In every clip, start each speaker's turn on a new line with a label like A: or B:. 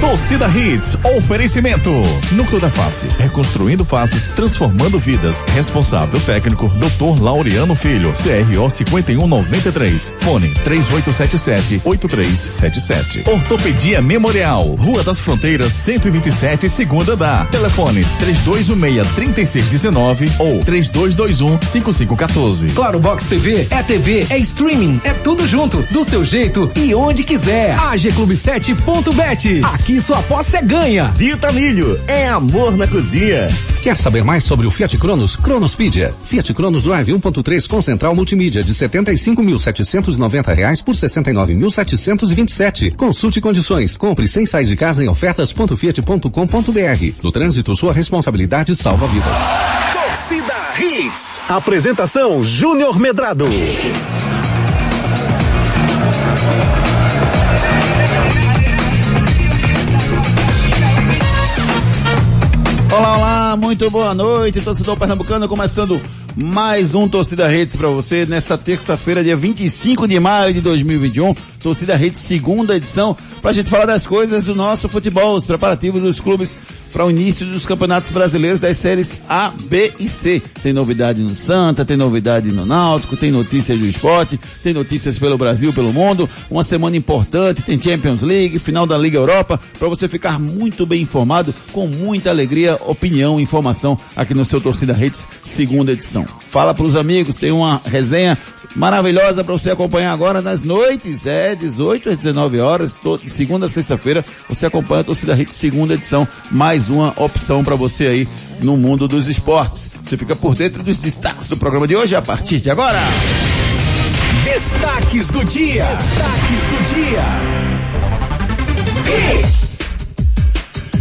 A: Torcida Hits, oferecimento. Núcleo da Face, reconstruindo faces, transformando vidas. Responsável técnico, Dr. Laureano Filho, CRO 5193. Fone 3877-8377. Ortopedia Memorial, Rua das Fronteiras, 127, Segunda da. Telefones 3216-3619 ou 3221-5514.
B: Claro Box TV é TV, é streaming, é tudo junto, do seu jeito e onde quiser. AGClub7.bet. Aqui sua aposta é ganha.
C: Vitamilho é amor na cozinha.
D: Quer saber mais sobre o Fiat Cronos? Cronospedia. Fiat Cronos Drive 1.3 com central multimídia de setenta e cinco mil setecentos e noventa reais por sessenta e nove mil setecentos e vinte e sete. Consulte condições. Compre sem sair de casa em ofertas.fiat.com.br. No trânsito, sua responsabilidade salva vidas.
E: Torcida Hits. Apresentação Júnior Medrado.
F: Olá, olá, muito boa noite, torcedor pernambucano, começando mais um Torcida Redes para você nessa terça-feira, dia 25 de maio de 2021, Torcida Redes segunda edição, para a gente falar das coisas do nosso futebol, os preparativos dos clubes para o início dos campeonatos brasileiros das séries A, B e C. Tem novidade no Santa, tem novidade no Náutico, tem notícias do esporte, tem notícias pelo Brasil, pelo mundo, uma semana importante, tem Champions League, final da Liga Europa, para você ficar muito bem informado, com muita alegria, opinião, informação aqui no seu Torcida Redes, segunda edição. Fala para os amigos, tem uma resenha maravilhosa para você acompanhar agora nas noites, é 18 às 19 horas, de segunda a sexta-feira, você acompanha a Torcida Redes, segunda edição, mais uma opção para você aí no mundo dos esportes. Você fica por dentro dos destaques do programa de hoje a partir de agora.
E: Destaques do dia. Destaques do dia.
F: Hits.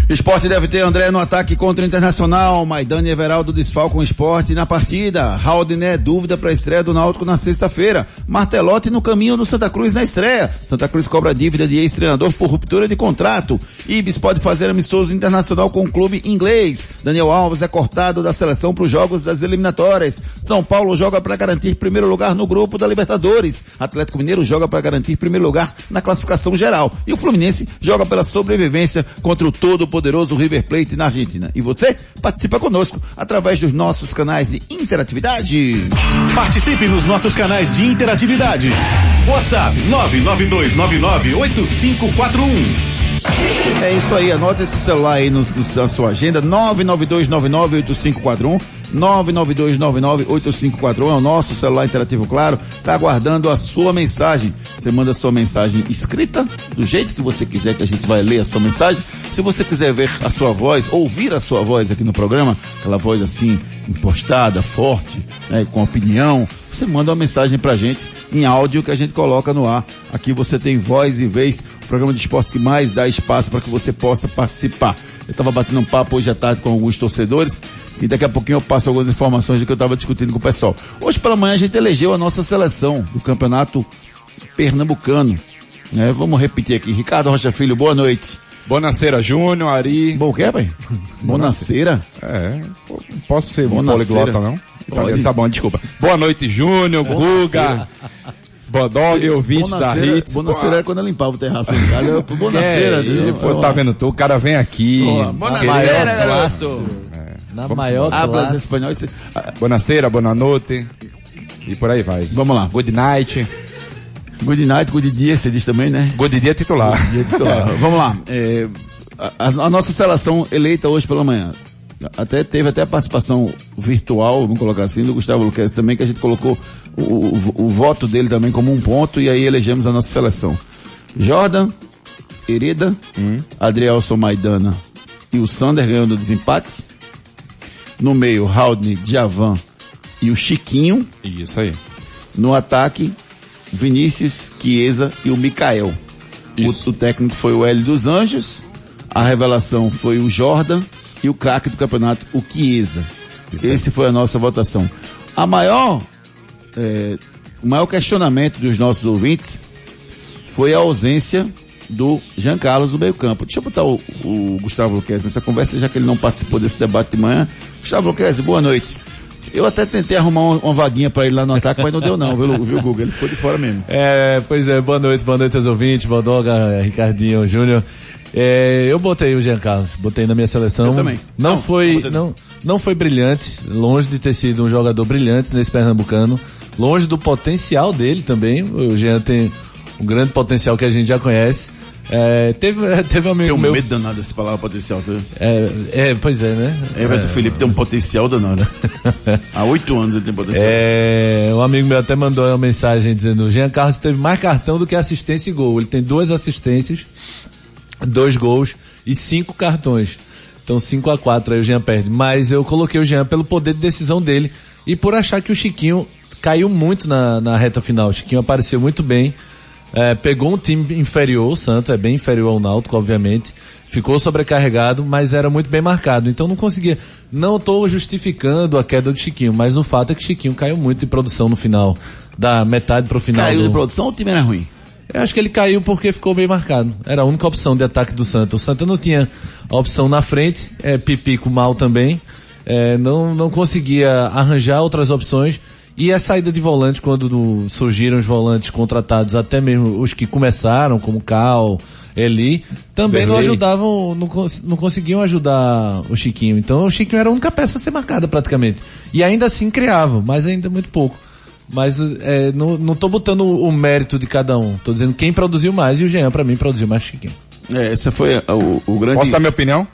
F: Esporte deve ter André no ataque contra o Internacional. Maidana e Everaldo desfalcam o esporte na partida. Haldiné dúvida para a estreia do Náutico na sexta-feira. Martelotti no caminho do Santa Cruz na estreia. Santa Cruz cobra dívida de ex-treinador por ruptura de contrato. Ibis pode fazer amistoso internacional com o clube inglês. Daniel Alves é cortado da seleção para os jogos das eliminatórias. São Paulo joga para garantir primeiro lugar no grupo da Libertadores. Atlético Mineiro joga para garantir primeiro lugar na classificação geral. E o Fluminense joga pela sobrevivência contra o todo poderoso River Plate na Argentina. E você participa conosco através dos nossos canais de interatividade.
A: Participe nos nossos canais de interatividade. WhatsApp 992998541.
F: É isso aí, anota esse celular aí no, no, na sua agenda, 992998541, 992998541 é o nosso celular interativo claro, tá aguardando a sua mensagem. Você manda a sua mensagem escrita, do jeito que você quiser que a gente vai ler a sua mensagem. Se você quiser ver a sua voz, ouvir a sua voz aqui no programa, aquela voz assim, impostada, forte, né, com opinião, você manda uma mensagem pra gente em áudio que a gente coloca no ar. Aqui você tem voz e vez, o programa de esportes que mais dá espaço para que você possa participar. Eu estava batendo um papo hoje à tarde com alguns torcedores e daqui a pouquinho eu passo algumas informações do que eu estava discutindo com o pessoal. Hoje pela manhã a gente elegeu a nossa seleção do campeonato pernambucano. É, vamos repetir aqui. Ricardo Rocha Filho, boa noite.
G: Bonaceira Júnior, Ari.
F: Bom, o que, pai? Bonaceira?
G: É. Posso ser um poliglota, não? Pode. Tá bom, desculpa. Boa noite, Júnior, Guga. Bodog, ouvinte da Hits.
F: Bonaceira era quando eu limpava o terraço em casa. Eu, bonaceira. né?
G: É, pô, tá vendo tu? O cara vem aqui.
F: Bonaceira, garoto.
H: Na Vamos maior
F: ah, classe. espanhol. Esse...
G: Ah, bonaceira, boa noite. E por aí vai.
F: Vamos lá.
G: Good night.
F: Good night, good dia, você diz também, né?
G: Good dia titular.
F: Good dia titular. Vamos lá. É, a, a, nossa seleção eleita hoje pela manhã. Até teve até a participação virtual, vamos colocar assim, do Gustavo Luquez também, que a gente colocou o, o, o, voto dele também como um ponto e aí elegemos a nossa seleção. Jordan, Hereda, hum. Adrielson Maidana e o Sander ganhando desempate. No meio, Haldane, Djavan e o Chiquinho.
G: Isso aí.
F: No ataque, Vinícius, Chiesa e o Mikael. O, o, técnico foi o Hélio dos Anjos, a revelação foi o Jordan e o craque do campeonato, o Chiesa. Isso Esse é. foi a nossa votação. A maior, é, o maior questionamento dos nossos ouvintes foi a ausência do Jean Carlos no meio campo. Deixa eu botar o, o Gustavo Luquez nessa conversa, já que ele não participou desse debate de manhã. Gustavo Luquez, boa noite. Eu até tentei arrumar uma, uma vaguinha para ele lá no ataque, mas não deu não, viu, viu Google? Ele ficou de fora mesmo.
H: É, pois é, boa noite, boa noite aos ouvintes, Baldoga, Ricardinho, Júnior. É, eu botei o Jean Carlos, botei na minha seleção.
F: Eu também.
H: Não,
F: Não, eu
H: foi,
F: botei
H: não, não foi brilhante, longe de ter sido um jogador brilhante nesse pernambucano, longe do potencial dele também. O Jean tem um grande potencial que a gente já conhece. É, teve, teve um
F: Tem
H: amigo
F: um
H: meu.
F: medo danado dessa palavra potencial, sabe?
H: É, é, pois é, né?
F: Everton Felipe tem um potencial danado. Há oito anos ele tem potencial.
H: É, um amigo meu até mandou uma mensagem dizendo: o Jean Carlos teve mais cartão do que assistência e gol. Ele tem duas assistências, dois gols e cinco cartões. Então 5 a 4 aí o Jean perde. Mas eu coloquei o Jean pelo poder de decisão dele e por achar que o Chiquinho caiu muito na, na reta final. O Chiquinho apareceu muito bem. É, pegou um time inferior, o Santa é bem inferior ao Náutico, obviamente. Ficou sobrecarregado, mas era muito bem marcado. Então não conseguia. Não estou justificando a queda do Chiquinho, mas o fato é que Chiquinho caiu muito de produção no final, da metade para o final.
F: Caiu
H: do...
F: de produção ou o time era ruim?
H: Eu acho que ele caiu porque ficou bem marcado. Era a única opção de ataque do Santa. O Santa não tinha a opção na frente, é, Pipico mal também. É, não, não conseguia arranjar outras opções. E a saída de volante, quando do- surgiram os volantes contratados, até mesmo os que começaram, como Cal, Eli, também não
G: Derlei.
H: ajudavam, não, cons- não conseguiam ajudar o Chiquinho. Então o Chiquinho era a única peça a ser marcada praticamente. E ainda assim criava, mas ainda muito pouco. Mas é, não, não tô botando o mérito de cada um. Tô dizendo quem produziu mais e o Jean, pra mim, produziu mais Chiquinho.
F: É, essa foi a- o, o grande...
G: Posso dar minha opinião?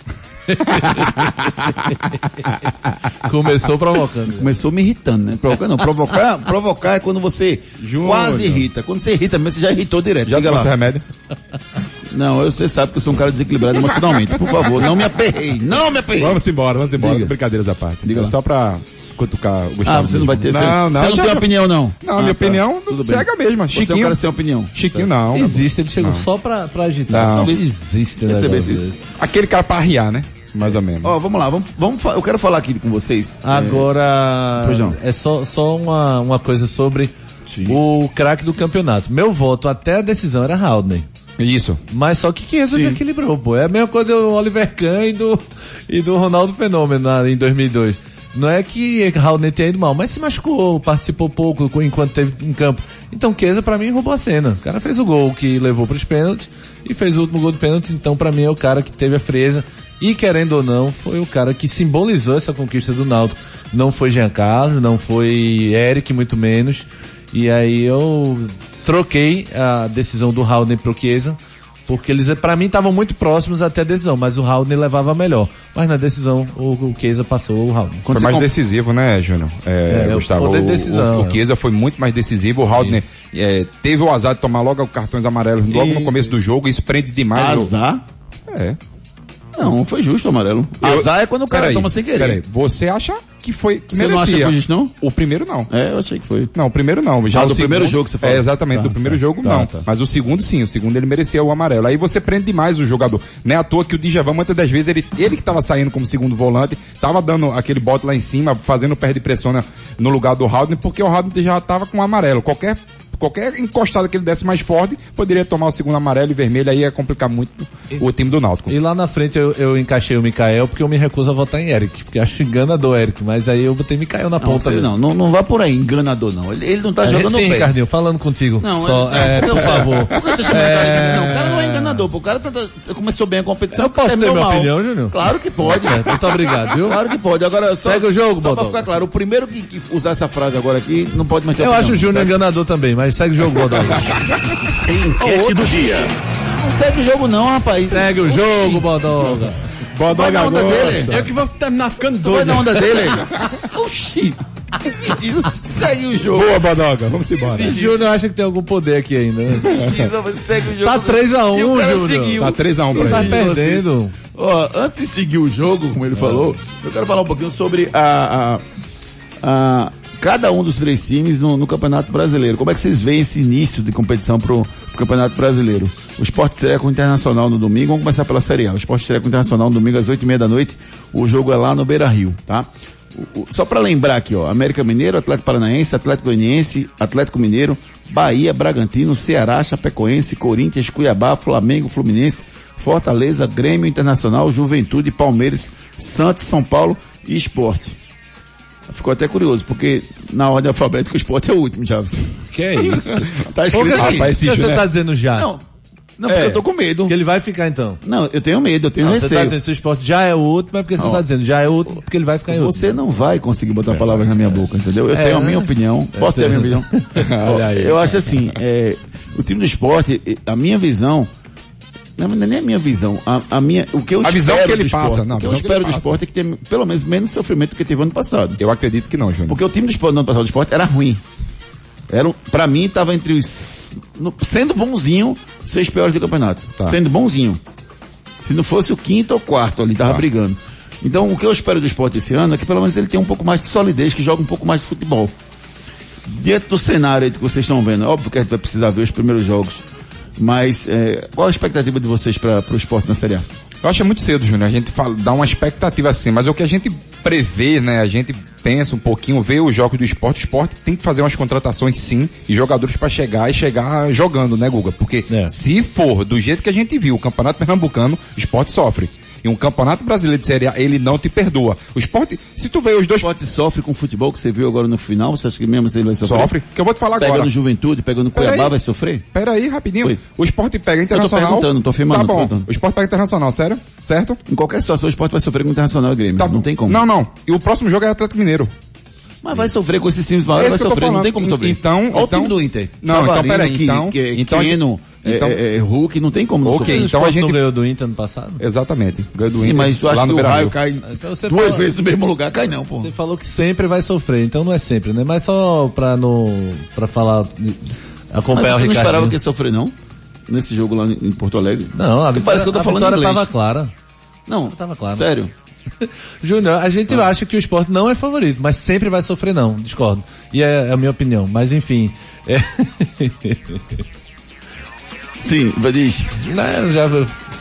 H: Começou provocando.
F: Começou me irritando, né? Provocar não. Provocar, provocar é quando você
G: Júnior.
F: quase irrita. Quando você irrita mesmo, você já irritou direto.
G: Já
F: Diga
G: tomou esse
F: lá.
G: remédio?
F: Não, eu- você sabe que eu sou um cara desequilibrado emocionalmente. Por favor, não me aperrei. Não me aperrei.
G: Vamos embora, vamos embora.
F: Diga.
G: Brincadeiras à parte.
F: Diga
G: É
F: lá.
G: Só pra cutucar o Gustavo.
F: Ah, você não vai ter...
G: Não,
F: você,
G: não.
F: Você não
G: já-
F: tem opinião, não?
G: Não,
F: Ah,
G: minha
F: tá.
G: opinião
F: Tudo bem.
G: cega mesmo.
F: Você é um
G: Chiquinho.
F: cara sem opinião.
G: Chiquinho não.
H: Existe, ele chegou
G: Não.
H: só pra, Ah, pra agitar.
G: Não.
H: Talvez exista. né?
F: Percebesse isso.
G: Aquele cara pra arriar, né? Mais ou menos.
F: Ó, vamos lá, vamos, vamos fa- eu quero falar aqui com vocês. É,
H: Agora,
F: Pois não.
H: é só, só uma, uma coisa sobre o craque do campeonato. Meu voto até a decisão era Haldner.
G: Isso.
H: Mas só que 500 desequilibrou, pô. É a mesma coisa do Oliver Kahn e do, e do Ronaldo Fenômeno na- em 2002. Não é que Raulney tenha ido mal, mas se machucou, participou pouco co- enquanto teve em campo. Então Keza pra mim roubou a cena. O cara fez o gol que levou pros pênaltis e fez o último gol de pênalti, então pra mim é o cara que teve a frieza e querendo ou não, foi o cara que simbolizou essa conquista do Náutico. Não foi Jean Carlos, não foi Eric, muito menos. E aí eu troquei a decisão do Raulney pro Chiesa porque eles, pra mim, estavam muito próximos até a decisão, mas o Raul levava melhor. Mas na decisão, o, o Keiza passou o Raul.
G: Foi
F: você
G: mais
F: comp-
G: decisivo, né, Júnior? É,
H: É, o
G: Gustavo.
H: poder de decisão,
G: o,
H: é.
G: o Chiesa foi muito mais decisivo. O Haldner é, teve o azar de tomar logo cartões amarelos logo no
F: Isso.
G: começo do jogo. Isso prende demais. o-
F: Azar?
G: É.
F: Não, foi justo, amarelo.
G: Eu-
F: Azar é quando o cara
G: Peraí,
F: toma sem querer.
G: peraí. Você acha que foi. Que
F: Você não acha
G: merecia.
F: que foi justo, não?
G: O primeiro não.
F: É, eu achei que foi.
G: Não, o primeiro não. Já
F: Ah,
G: o
F: do primeiro jogo você fala.
G: É, exatamente,
F: Tá,
G: do primeiro
F: tá.
G: jogo
F: Tá,
G: não.
F: tá.
G: Mas o segundo sim, o segundo ele merecia o amarelo. Aí você prende demais o jogador. Não é à toa que o Djavan muitas das vezes ele, ele que estava saindo como segundo volante, estava dando aquele bote lá em cima, fazendo o pé de pressão na- no lugar do Haldner, porque o Haldner já estava com o amarelo. Qualquer qualquer encostada que ele desse mais forte, poderia tomar o segundo amarelo e vermelho, aí ia complicar muito o time do Náutico.
H: E lá na frente eu, eu encaixei o Mikael, porque eu me recuso a votar em Eric, porque acho enganador Eric, mas aí eu botei Mikael
F: Não,
H: na ponta.
F: você-
H: mesmo.
F: não, não, não vá por aí, enganador não. Ele, ele não tá
H: É,
F: jogando
H: Sim,
F: bem.
H: Ricardinho, falando contigo.
F: Não,
H: só, é, por favor.
F: Por que você chama de cara enganador? Não, o cara não é enganador, pô. O cara tá- tá- começou bem a competição.
H: Eu posso ter
F: terminou
H: minha
F: mal.
H: opinião, Júnior?
F: Claro que pode.
H: É, muito obrigado, viu?
F: Claro que pode. Agora, só,
H: Segue o jogo,
F: só pra
H: Botox.
F: ficar claro, o primeiro que, que usar essa frase agora aqui não pode mais ter
H: Eu
F: opinião,
H: acho o Júnior
F: certo?
H: enganador também, mas segue o jogo, Bodog.
E: Enquete do dia.
F: Não segue o jogo não, rapaz.
H: segue o jogo, Bodoga.
F: Vai na onda dele.
I: Eu que vou
J: tá
I: terminar ficando
F: Tu vai
I: doido.
F: na onda dele. Oxi. Segue o jogo.
G: Boa, Badoga, vamos embora.
H: O Júnior acha que tem algum poder aqui ainda. né?
F: Segue o jogo.
H: Tá 3x1,
F: E o cara seguiu.
H: Júnior.
G: Tá 3x1 pra
H: Tá
G: gente. Ah.
H: perdendo.
F: Ó, antes de seguir o jogo, como ele falou, eu quero falar um pouquinho sobre a, a- a- cada um dos três times no, no Campeonato Brasileiro. Como é que vocês veem esse início de competição pro, pro Campeonato Brasileiro? O Esporte Será com o Internacional no domingo, vamos começar pela Série A. O Esporte Será com o Internacional no domingo às oito e meia da noite, o jogo é lá no Beira Rio, tá? O- o- só para lembrar aqui, ó, América Mineiro, Atlético Paranaense, Atlético Goianiense, Atlético Mineiro, Bahia, Bragantino, Ceará, Chapecoense, Corinthians, Cuiabá, Flamengo, Fluminense, Fortaleza, Grêmio Internacional, Juventude, Palmeiras, Santos, São Paulo e Esporte. Ficou até curioso, porque na ordem alfabética o esporte é o último, Chaves.
H: Que é isso?
F: Tá escrito aqui.
G: Rapaz, esse
H: O que você
G: Júnior- é-
H: tá dizendo já?
F: Não,
G: Não, porque
F: É.
G: eu tô com medo.
H: Que ele vai ficar então.
F: Não, eu tenho medo, eu tenho
H: Não, você tá
F: receio.
H: dizendo que seu esporte já é outro, mas porque você
F: Não.
H: tá dizendo já é outro, porque ele vai ficar em outro. É.
F: Você não vai conseguir botar palavras na minha boca, entendeu? Eu tenho a minha opinião. Posso ter a minha opinião? Ó, Eu acho assim, é, o time do esporte, eh, a minha visão, não, não é nem a minha visão, a, a minha, o que eu
G: A
F: espero
G: visão que ele
F: do esporte,
G: passa, não, a
F: o que eu
G: visão que
F: espero do
G: ele passa.
F: esporte é que tenha pelo menos menos sofrimento do que teve ano passado.
G: Eu acredito que não, Júnior.
F: Porque o time do esporte no ano passado do esporte era ruim. Era, um- pra mim, tava entre os. no- sendo bonzinho, seis piores do campeonato.
G: Tá.
F: Sendo bonzinho. Se não fosse o quinto ou quarto ali, tava
G: Tá.
F: brigando. Então, o que eu espero do esporte esse ano é que pelo menos ele tenha um pouco mais de solidez, que joga um pouco mais de futebol. Diante do cenário aí que vocês estão vendo, é óbvio que a gente vai precisar ver os primeiros jogos. Mas é, qual a expectativa de vocês para o esporte na Série A?
G: Eu acho é muito cedo, Júnior. A gente fala, dá uma expectativa assim, mas o que a gente prevê, né? A gente pensa um pouquinho, vê os jogos do esporte. O esporte tem que fazer umas contratações sim, e jogadores pra chegar e chegar jogando, né, Guga? Porque
H: É.
G: se for do jeito que a gente viu, o Campeonato Pernambucano, o esporte sofre. E um Campeonato Brasileiro de Série A, ele não te perdoa. O esporte, se tu vê os
F: O
G: dois
F: esporte sofre com o futebol que você viu agora no final? Você acha que mesmo assim ele vai sofrer?
G: sofre, que eu vou te falar
F: Pega
G: agora.
F: no Juventude, pega no
G: Peraí.
F: Cuiabá, vai sofrer?
G: Pera aí, rapidinho.
F: Oi.
G: O esporte pega
F: tô
G: internacional.
F: tá perguntando, tô afirmando,
G: Tá
F: tô
G: bom.
F: perguntando.
G: o esporte pega internacional, sério? Certo?
F: Em qualquer situação, o esporte vai sofrer com o Internacional e o Grêmio.
G: Tá
F: não
G: bom.
F: tem como.
G: Não, não. E o próximo jogo é Atlético Mineiro.
F: Mas vai sofrer com esses times maiores,
G: É
F: vai
G: isso que eu tô
F: sofrer. Não
G: falando.
F: tem como
G: En-
F: sofrer.
G: então-
F: Olha o
G: então-
F: time do Inter.
G: Não, então
F: Savarino,
G: peraí,
F: Ki-
G: então-
F: Ki-
G: então-
F: Keno, é,
G: então-
F: é, é, Hulk, não tem como não
G: Ok,
F: sofrer.
G: então
H: O
G: a
H: esporte
G: gente-
H: não ganhou do Inter ano passado?
G: Exatamente. Ganhou do
F: Sim,
G: Inter
F: mas tu acha
G: lá
F: que
G: no
F: o
G: Beira
F: raio
G: Rio.
F: cai
H: Então você
F: duas
H: fala-
F: vezes no mesmo lugar? Cai não, pô.
H: Você falou que sempre vai sofrer, então não é sempre, né? Mas só pra não. pra falar.
F: Mas
H: acompanhar
F: você
H: o
F: não esperava
H: Ricardo.
F: que ia sofrer, não? Nesse jogo lá em Porto Alegre?
H: Não, a
F: Porque
H: vitória,
F: parece que eu tô
H: a
F: falando
H: vitória
F: inglês.
H: tava clara.
F: Não,
H: Tava claro.
F: sério. Ah.
H: Júnior, a gente acha que o esporte não é favorito, mas sempre vai sofrer, não. Discordo. E é, é a minha opinião. Mas enfim. É,
F: Sim, vai diz.
H: né, já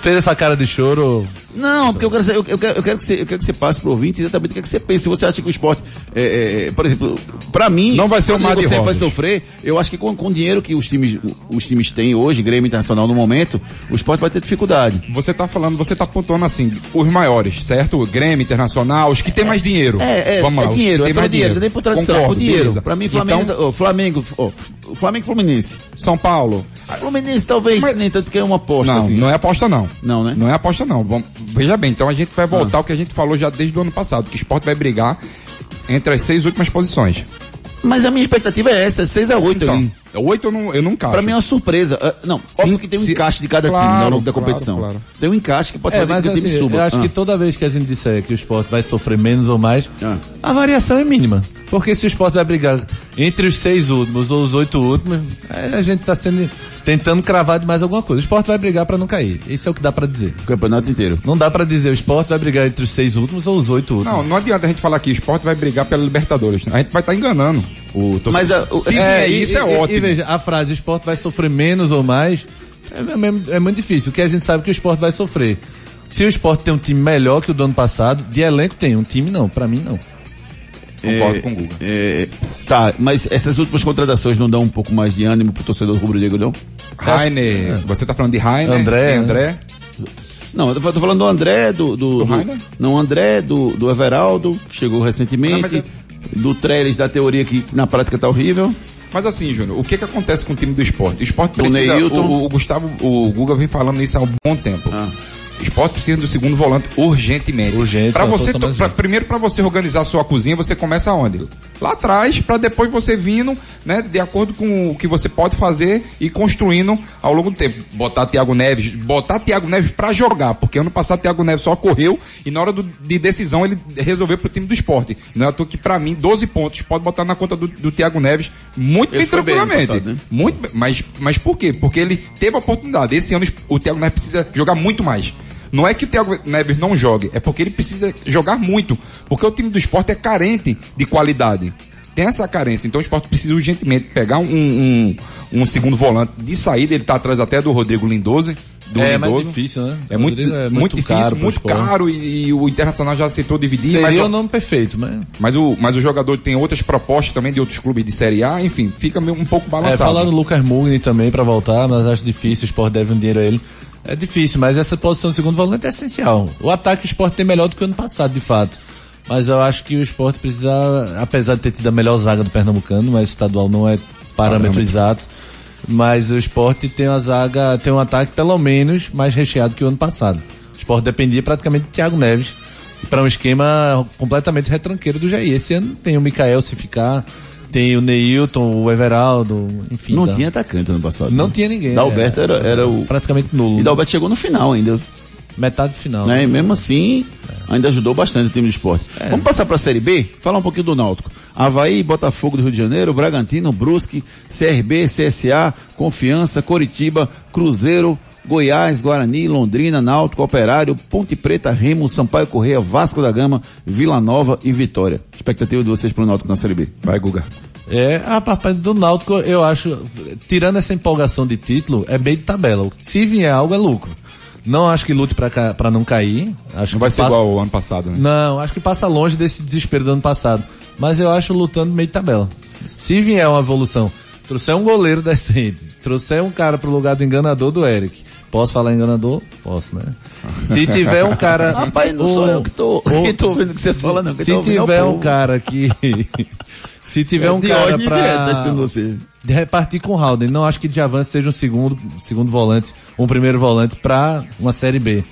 H: fez essa cara de choro.
F: Não, porque eu quero, saber- eu, eu quero, eu quero que você, eu quero que você passe pro ouvinte exatamente o que, é que você pensa. Se você acha que o esporte, é, é, é, por exemplo, pra mim,
G: Não vai ser o
F: quando
G: mar de
F: você vai
G: rosas.
F: sofrer, eu acho que com, com o dinheiro que os times, os times têm hoje, Grêmio Internacional no momento, o esporte vai ter dificuldade.
G: Você tá falando, você tá pontuando assim, os maiores, certo? O Grêmio, Internacional, os que tem mais dinheiro.
F: É, é,
G: Vamos
F: é
G: lá, os que
F: dinheiro,
G: têm
F: é por
G: mais
F: dinheiro, nem por tradição, é
G: Concordo,
F: por dinheiro.
G: beleza.
F: Pra mim, Flamengo,
G: Então,
F: ó, Flamengo, ó, Flamengo e Fluminense.
G: São Paulo.
F: Fluminense talvez,
G: Mas-
F: nem tanto que é uma aposta,
G: Não,
F: assim.
G: não é aposta não.
F: Não, né? Ah.
G: Não é aposta não. Vamos- veja bem, então a gente vai voltar ao que a gente falou já desde o ano passado, que o esporte vai brigar entre as seis últimas posições.
F: Mas a minha expectativa é essa, 6 a 8
G: Então,
F: ali.
G: oito eu não, eu não caio.
F: Pra mim é uma surpresa. Ah, Não, óbvio que tem um
G: se-
F: encaixe de cada time né, ao
G: Claro,
F: longo da
G: claro,
F: competição.
G: claro.
F: Tem um encaixe que pode
H: É,
F: fazer
H: mas
F: com que o time
H: assim,
F: suba.
H: eu acho
F: Ah.
H: que toda vez que a gente disser que o esporte vai sofrer menos ou mais,
F: Ah.
H: a variação é mínima. Porque se o esporte vai brigar entre os seis últimos ou os oito últimos, é, a gente tá sendo, tentando cravar de mais alguma coisa. O esporte vai brigar pra não cair. Isso é o que dá pra dizer.
F: O campeonato inteiro.
H: Não dá pra dizer o esporte vai brigar entre os seis últimos ou os oito últimos.
G: Não, não adianta a gente falar que o esporte vai brigar pela Libertadores. A gente vai estar enganando o torcedor.
F: Mas a- o-
G: Se é, isso,
H: e-
G: é
H: e-
G: ótimo.
H: E veja, a frase o esporte vai sofrer menos ou mais é, mesmo- é muito difícil, porque a gente sabe que o esporte vai sofrer. Se o esporte tem um time melhor que o do ano passado, de elenco tem, um time não, pra mim não.
G: Concordo com o Guga.
F: É, tá, mas essas últimas contratações não dão um pouco mais de ânimo pro torcedor rubro-negro, não? É.
G: Rainer, você tá falando de Rainer,
H: André,
G: tem
H: né?
G: André.
F: Não, eu tô tô falando do André, do... Do,
G: Do
F: do-
G: Rainer?
F: Não, André, do, do Everaldo, que chegou
G: Ah,
F: recentemente.
G: mas é-
F: Do Trellis, da teoria que na prática tá horrível.
G: Mas assim, Júnior, o que que acontece com o time do esporte? O esporte
F: O
G: precisa, o,
F: Neilton.
G: o Gustavo, o Guga vem falando isso há um bom tempo.
F: Ah.
G: O esporte precisa do segundo volante urgentemente.
H: Urgente,
F: é
G: Para
H: uma
G: você,
H: força
G: to-
H: mais
G: pra-
H: urgente.
G: primeiro para você organizar a sua cozinha, você começa onde? Lá atrás, para depois você vindo, né, de acordo com o que você pode fazer e construindo ao longo do tempo. Botar Thiago Neves, botar Thiago Neves para jogar, porque ano passado Thiago Neves só correu e na hora do- de decisão ele resolveu pro time do esporte. Não é à toa que para mim 12 pontos pode botar na conta do, do Thiago Neves muito
F: Ele
G: bem
F: foi bem ano
G: tranquilamente.
F: passado, né?
G: Muito bem. Mas, mas por quê? Porque ele teve a oportunidade. Esse ano o Thiago Neves precisa jogar muito mais. Não é que o Thiago Neves não jogue, é porque ele precisa jogar muito. Porque o time do esporte é carente de qualidade. Tem essa carência. Então o esporte precisa urgentemente pegar um, um, um segundo volante de saída. Ele tá atrás até do Rodrigo Lindoso. Do
H: É, mas
G: Lindoso.
H: difícil, né?
G: É muito,
H: Rodrigo é
G: muito,
H: muito
G: difícil,
H: caro É, pro
G: muito
H: esporte.
G: caro e, e o Internacional já aceitou dividir.
H: Seria
G: mas
H: o nome perfeito, né? mas...
G: mas o, mas o jogador tem outras propostas também de outros clubes de Série A, enfim, fica meio um pouco
H: É,
G: balançado.
H: falaram do Lucas Mugni também pra voltar, mas acho difícil, o esporte deve um dinheiro a ele. É difícil, mas essa posição de segundo volante é essencial. O ataque o esporte tem melhor do que o ano passado, de fato. Mas eu acho que o esporte precisa, apesar de ter tido a melhor zaga do Pernambucano, mas o estadual não é parâmetro exato. Mas o esporte tem uma zaga, tem um ataque pelo menos mais recheado que o ano passado. O esporte dependia praticamente de Thiago Neves para um esquema completamente retranqueiro do Jair. Esse ano tem o Mikael se ficar, tem o Neilton, o Everaldo, enfim.
F: Não
H: dá-
F: tinha atacante ano passado.
H: não
F: né?
H: tinha ninguém.
F: Dalberto
H: é,
F: era, era o.
H: praticamente nulo.
F: E Dalberto chegou no final ainda.
H: Metade final.
F: Né? E mesmo assim, ainda ajudou bastante o time do esporte.
H: É.
F: Vamos passar para a Série B? Falar um pouquinho do Náutico. Havaí, Botafogo do Rio de Janeiro, Bragantino, Brusque, CRB, CSA, Confiança, Coritiba, Cruzeiro, Goiás, Guarani, Londrina, Náutico, Operário, Ponte Preta, Remo, Sampaio Correia, Vasco da Gama, Vila Nova e Vitória. Expectativa de vocês para o Náutico na Série B.
G: Vai, Guga.
H: É, a parte do Náutico, eu acho, tirando essa empolgação de título, é meio de tabela. O que Se vier algo, é lucro. Não acho que lute pra ca- pra não cair. Acho que
G: Não vai ser
H: passa-
G: igual ao ano passado, né?
H: Não, acho que passa longe desse desespero do ano passado. Mas eu acho lutando meio de tabela. Se vier uma evolução, trouxer um goleiro decente, trouxer um cara pro lugar do enganador do Eric. Posso falar enganador? Posso, né? Se tiver um cara...
F: Rapaz, não sou
H: Ou-
F: eu que tô,
H: ou-
F: que tô ouvindo o que você fala, não. Quem tá
H: Se
F: ouvindo é o
H: tiver um
F: povo.
H: cara que... Se tiver um cara
F: Diógenes direto,
H: pra...
F: tá assistindo você.
H: de repartir com o Halden. Não acho que Djavan seja um segundo, segundo volante, um primeiro volante para uma Série B.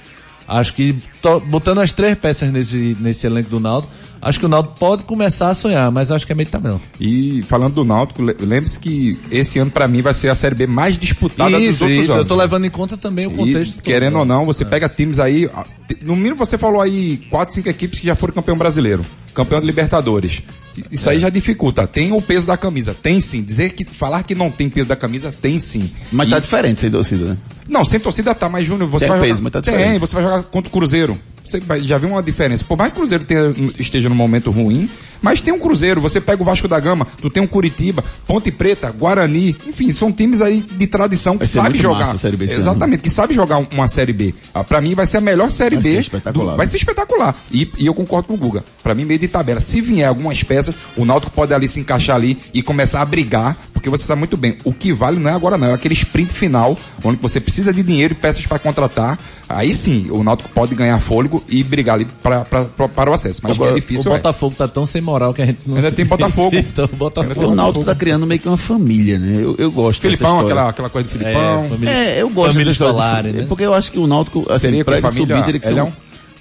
H: Acho que to- botando as três peças nesse, nesse elenco do Naldo, acho que o Naldo pode começar a sonhar, mas acho que é meio tabela.
G: E falando do Náutico, le- lembre-se que esse ano pra mim vai ser a Série B mais disputada dos
H: Isso,
G: outros
H: isso.
G: anos.
H: Eu tô levando em conta também o contexto.
G: E,
H: todo,
G: querendo
H: né?
G: ou não,
F: É.
G: você pega times aí, a- te- no mínimo você falou aí quatro, cinco equipes que já foram campeão brasileiro, campeão de Libertadores. I- Isso
F: É.
G: aí já dificulta. Tem o peso da camisa, tem sim. Dizer que falar que não tem peso da camisa, tem sim.
F: Mas
G: E-
F: tá diferente sem torcida, né?
G: não, sem torcida tá, mas Júnior, você
F: Tem
G: vai
F: peso,
G: jogar.
F: mas tá
G: tem,
F: diferente.
G: você vai jogar contra o Cruzeiro. Você vai- já viu uma diferença. Por mais que o Cruzeiro tenha- esteja num momento ruim, mas tem um Cruzeiro, você pega o Vasco da Gama, tu tem um Curitiba, Ponte Preta, Guarani, enfim, são times aí de tradição que
F: Vai ser
G: sabe
F: muito
G: jogar.
F: massa a Série B esse ano.
G: Exatamente, que sabe jogar um- uma série B. Ah, Pra mim vai ser a melhor série
F: Vai
G: B.
F: ser espetacular. né?
G: do- vai ser espetacular. E, e eu concordo com o Guga. Pra mim meio de tabela. Se vier algumas peças, o Náutico pode ali se encaixar ali e começar a brigar, porque você sabe muito bem, o que vale não é agora não, é aquele sprint final, onde você precisa de dinheiro e peças pra contratar. Aí sim, o Náutico pode ganhar fôlego e brigar ali pra, pra- pra- para o acesso. Mas que é
H: O
G: difícil. é.
H: Botafogo tá tão sem moral que a gente não.
G: Ainda tem Botafogo.
H: então, o
F: O
H: Botafogo.
F: Náutico tá criando meio que uma família, né? Eu, eu gosto dessa
G: Filipão,
F: história.
G: aquela, aquela coisa do
H: É,
G: Filipão.
H: família-
F: É, eu gosto
H: Família
F: dessa história.
H: escolar,
F: É
H: né?
F: Porque eu acho que o Náutico, assim,
G: Seria
F: pra
G: que
F: ele
G: família-
F: subir, teria que ser,
G: ele é
F: um,
G: um-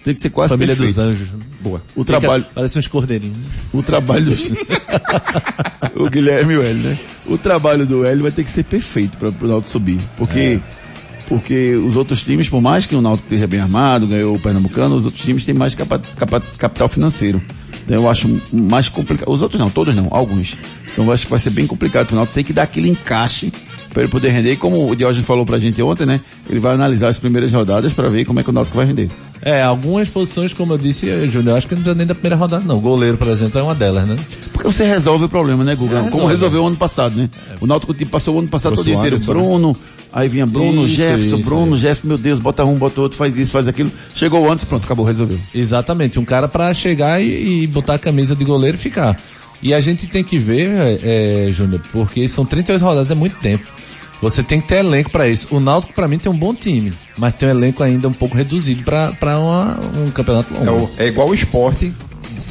F: teria que ser quase
H: Família
F: perfeito.
H: dos Anjos.
G: Boa.
F: O trabalho,
H: Parece uns cordeirinhos.
F: o trabalho dos... o Guilherme e o Hélio, né? O trabalho do Hélio vai ter que ser perfeito pra, pro Náutico subir. Porque,
H: É.
F: porque os outros times, por mais que o Náutico esteja bem armado, ganhou o Pernambucano, os outros times têm mais capa- capa- capital financeiro. Então eu acho mais complicado. Os outros não, todos não, alguns. Então eu acho que vai ser bem complicado pro Náutico ter que dar aquele encaixe para ele poder render. E como o Diógenes falou pra gente ontem, né? Ele vai analisar as primeiras rodadas para ver como é que o Náutico vai render.
H: É, algumas posições, como eu disse, eh, Júnior, eu acho que não precisa nem da primeira rodada, não. Goleiro, por exemplo, é uma delas, né? É.
F: Porque você resolve o problema, né, Guga?
H: resolve.
F: Como resolveu o ano passado, né? O Náutico tipo, passou o ano passado
G: Trouxe
F: todo
G: o
F: inteiro.
G: Anderson,
F: Bruno, aí vinha Bruno,
H: Isso,
F: Jefferson,
H: isso,
F: Bruno, Jefferson, meu Deus, bota um, bota outro, faz isso, faz aquilo. Chegou antes, pronto, acabou, resolveu.
H: Exatamente, um cara pra chegar e, e botar a camisa de goleiro e ficar. E a gente tem que ver, é, é, Júnior, porque são 38 rodadas, é muito tempo. Você tem que ter elenco pra isso. O Náutico, pra mim, tem um bom time, mas tem um elenco ainda um pouco reduzido pra pra uma- um campeonato
G: É,
H: longo.
G: o- é igual o esporte.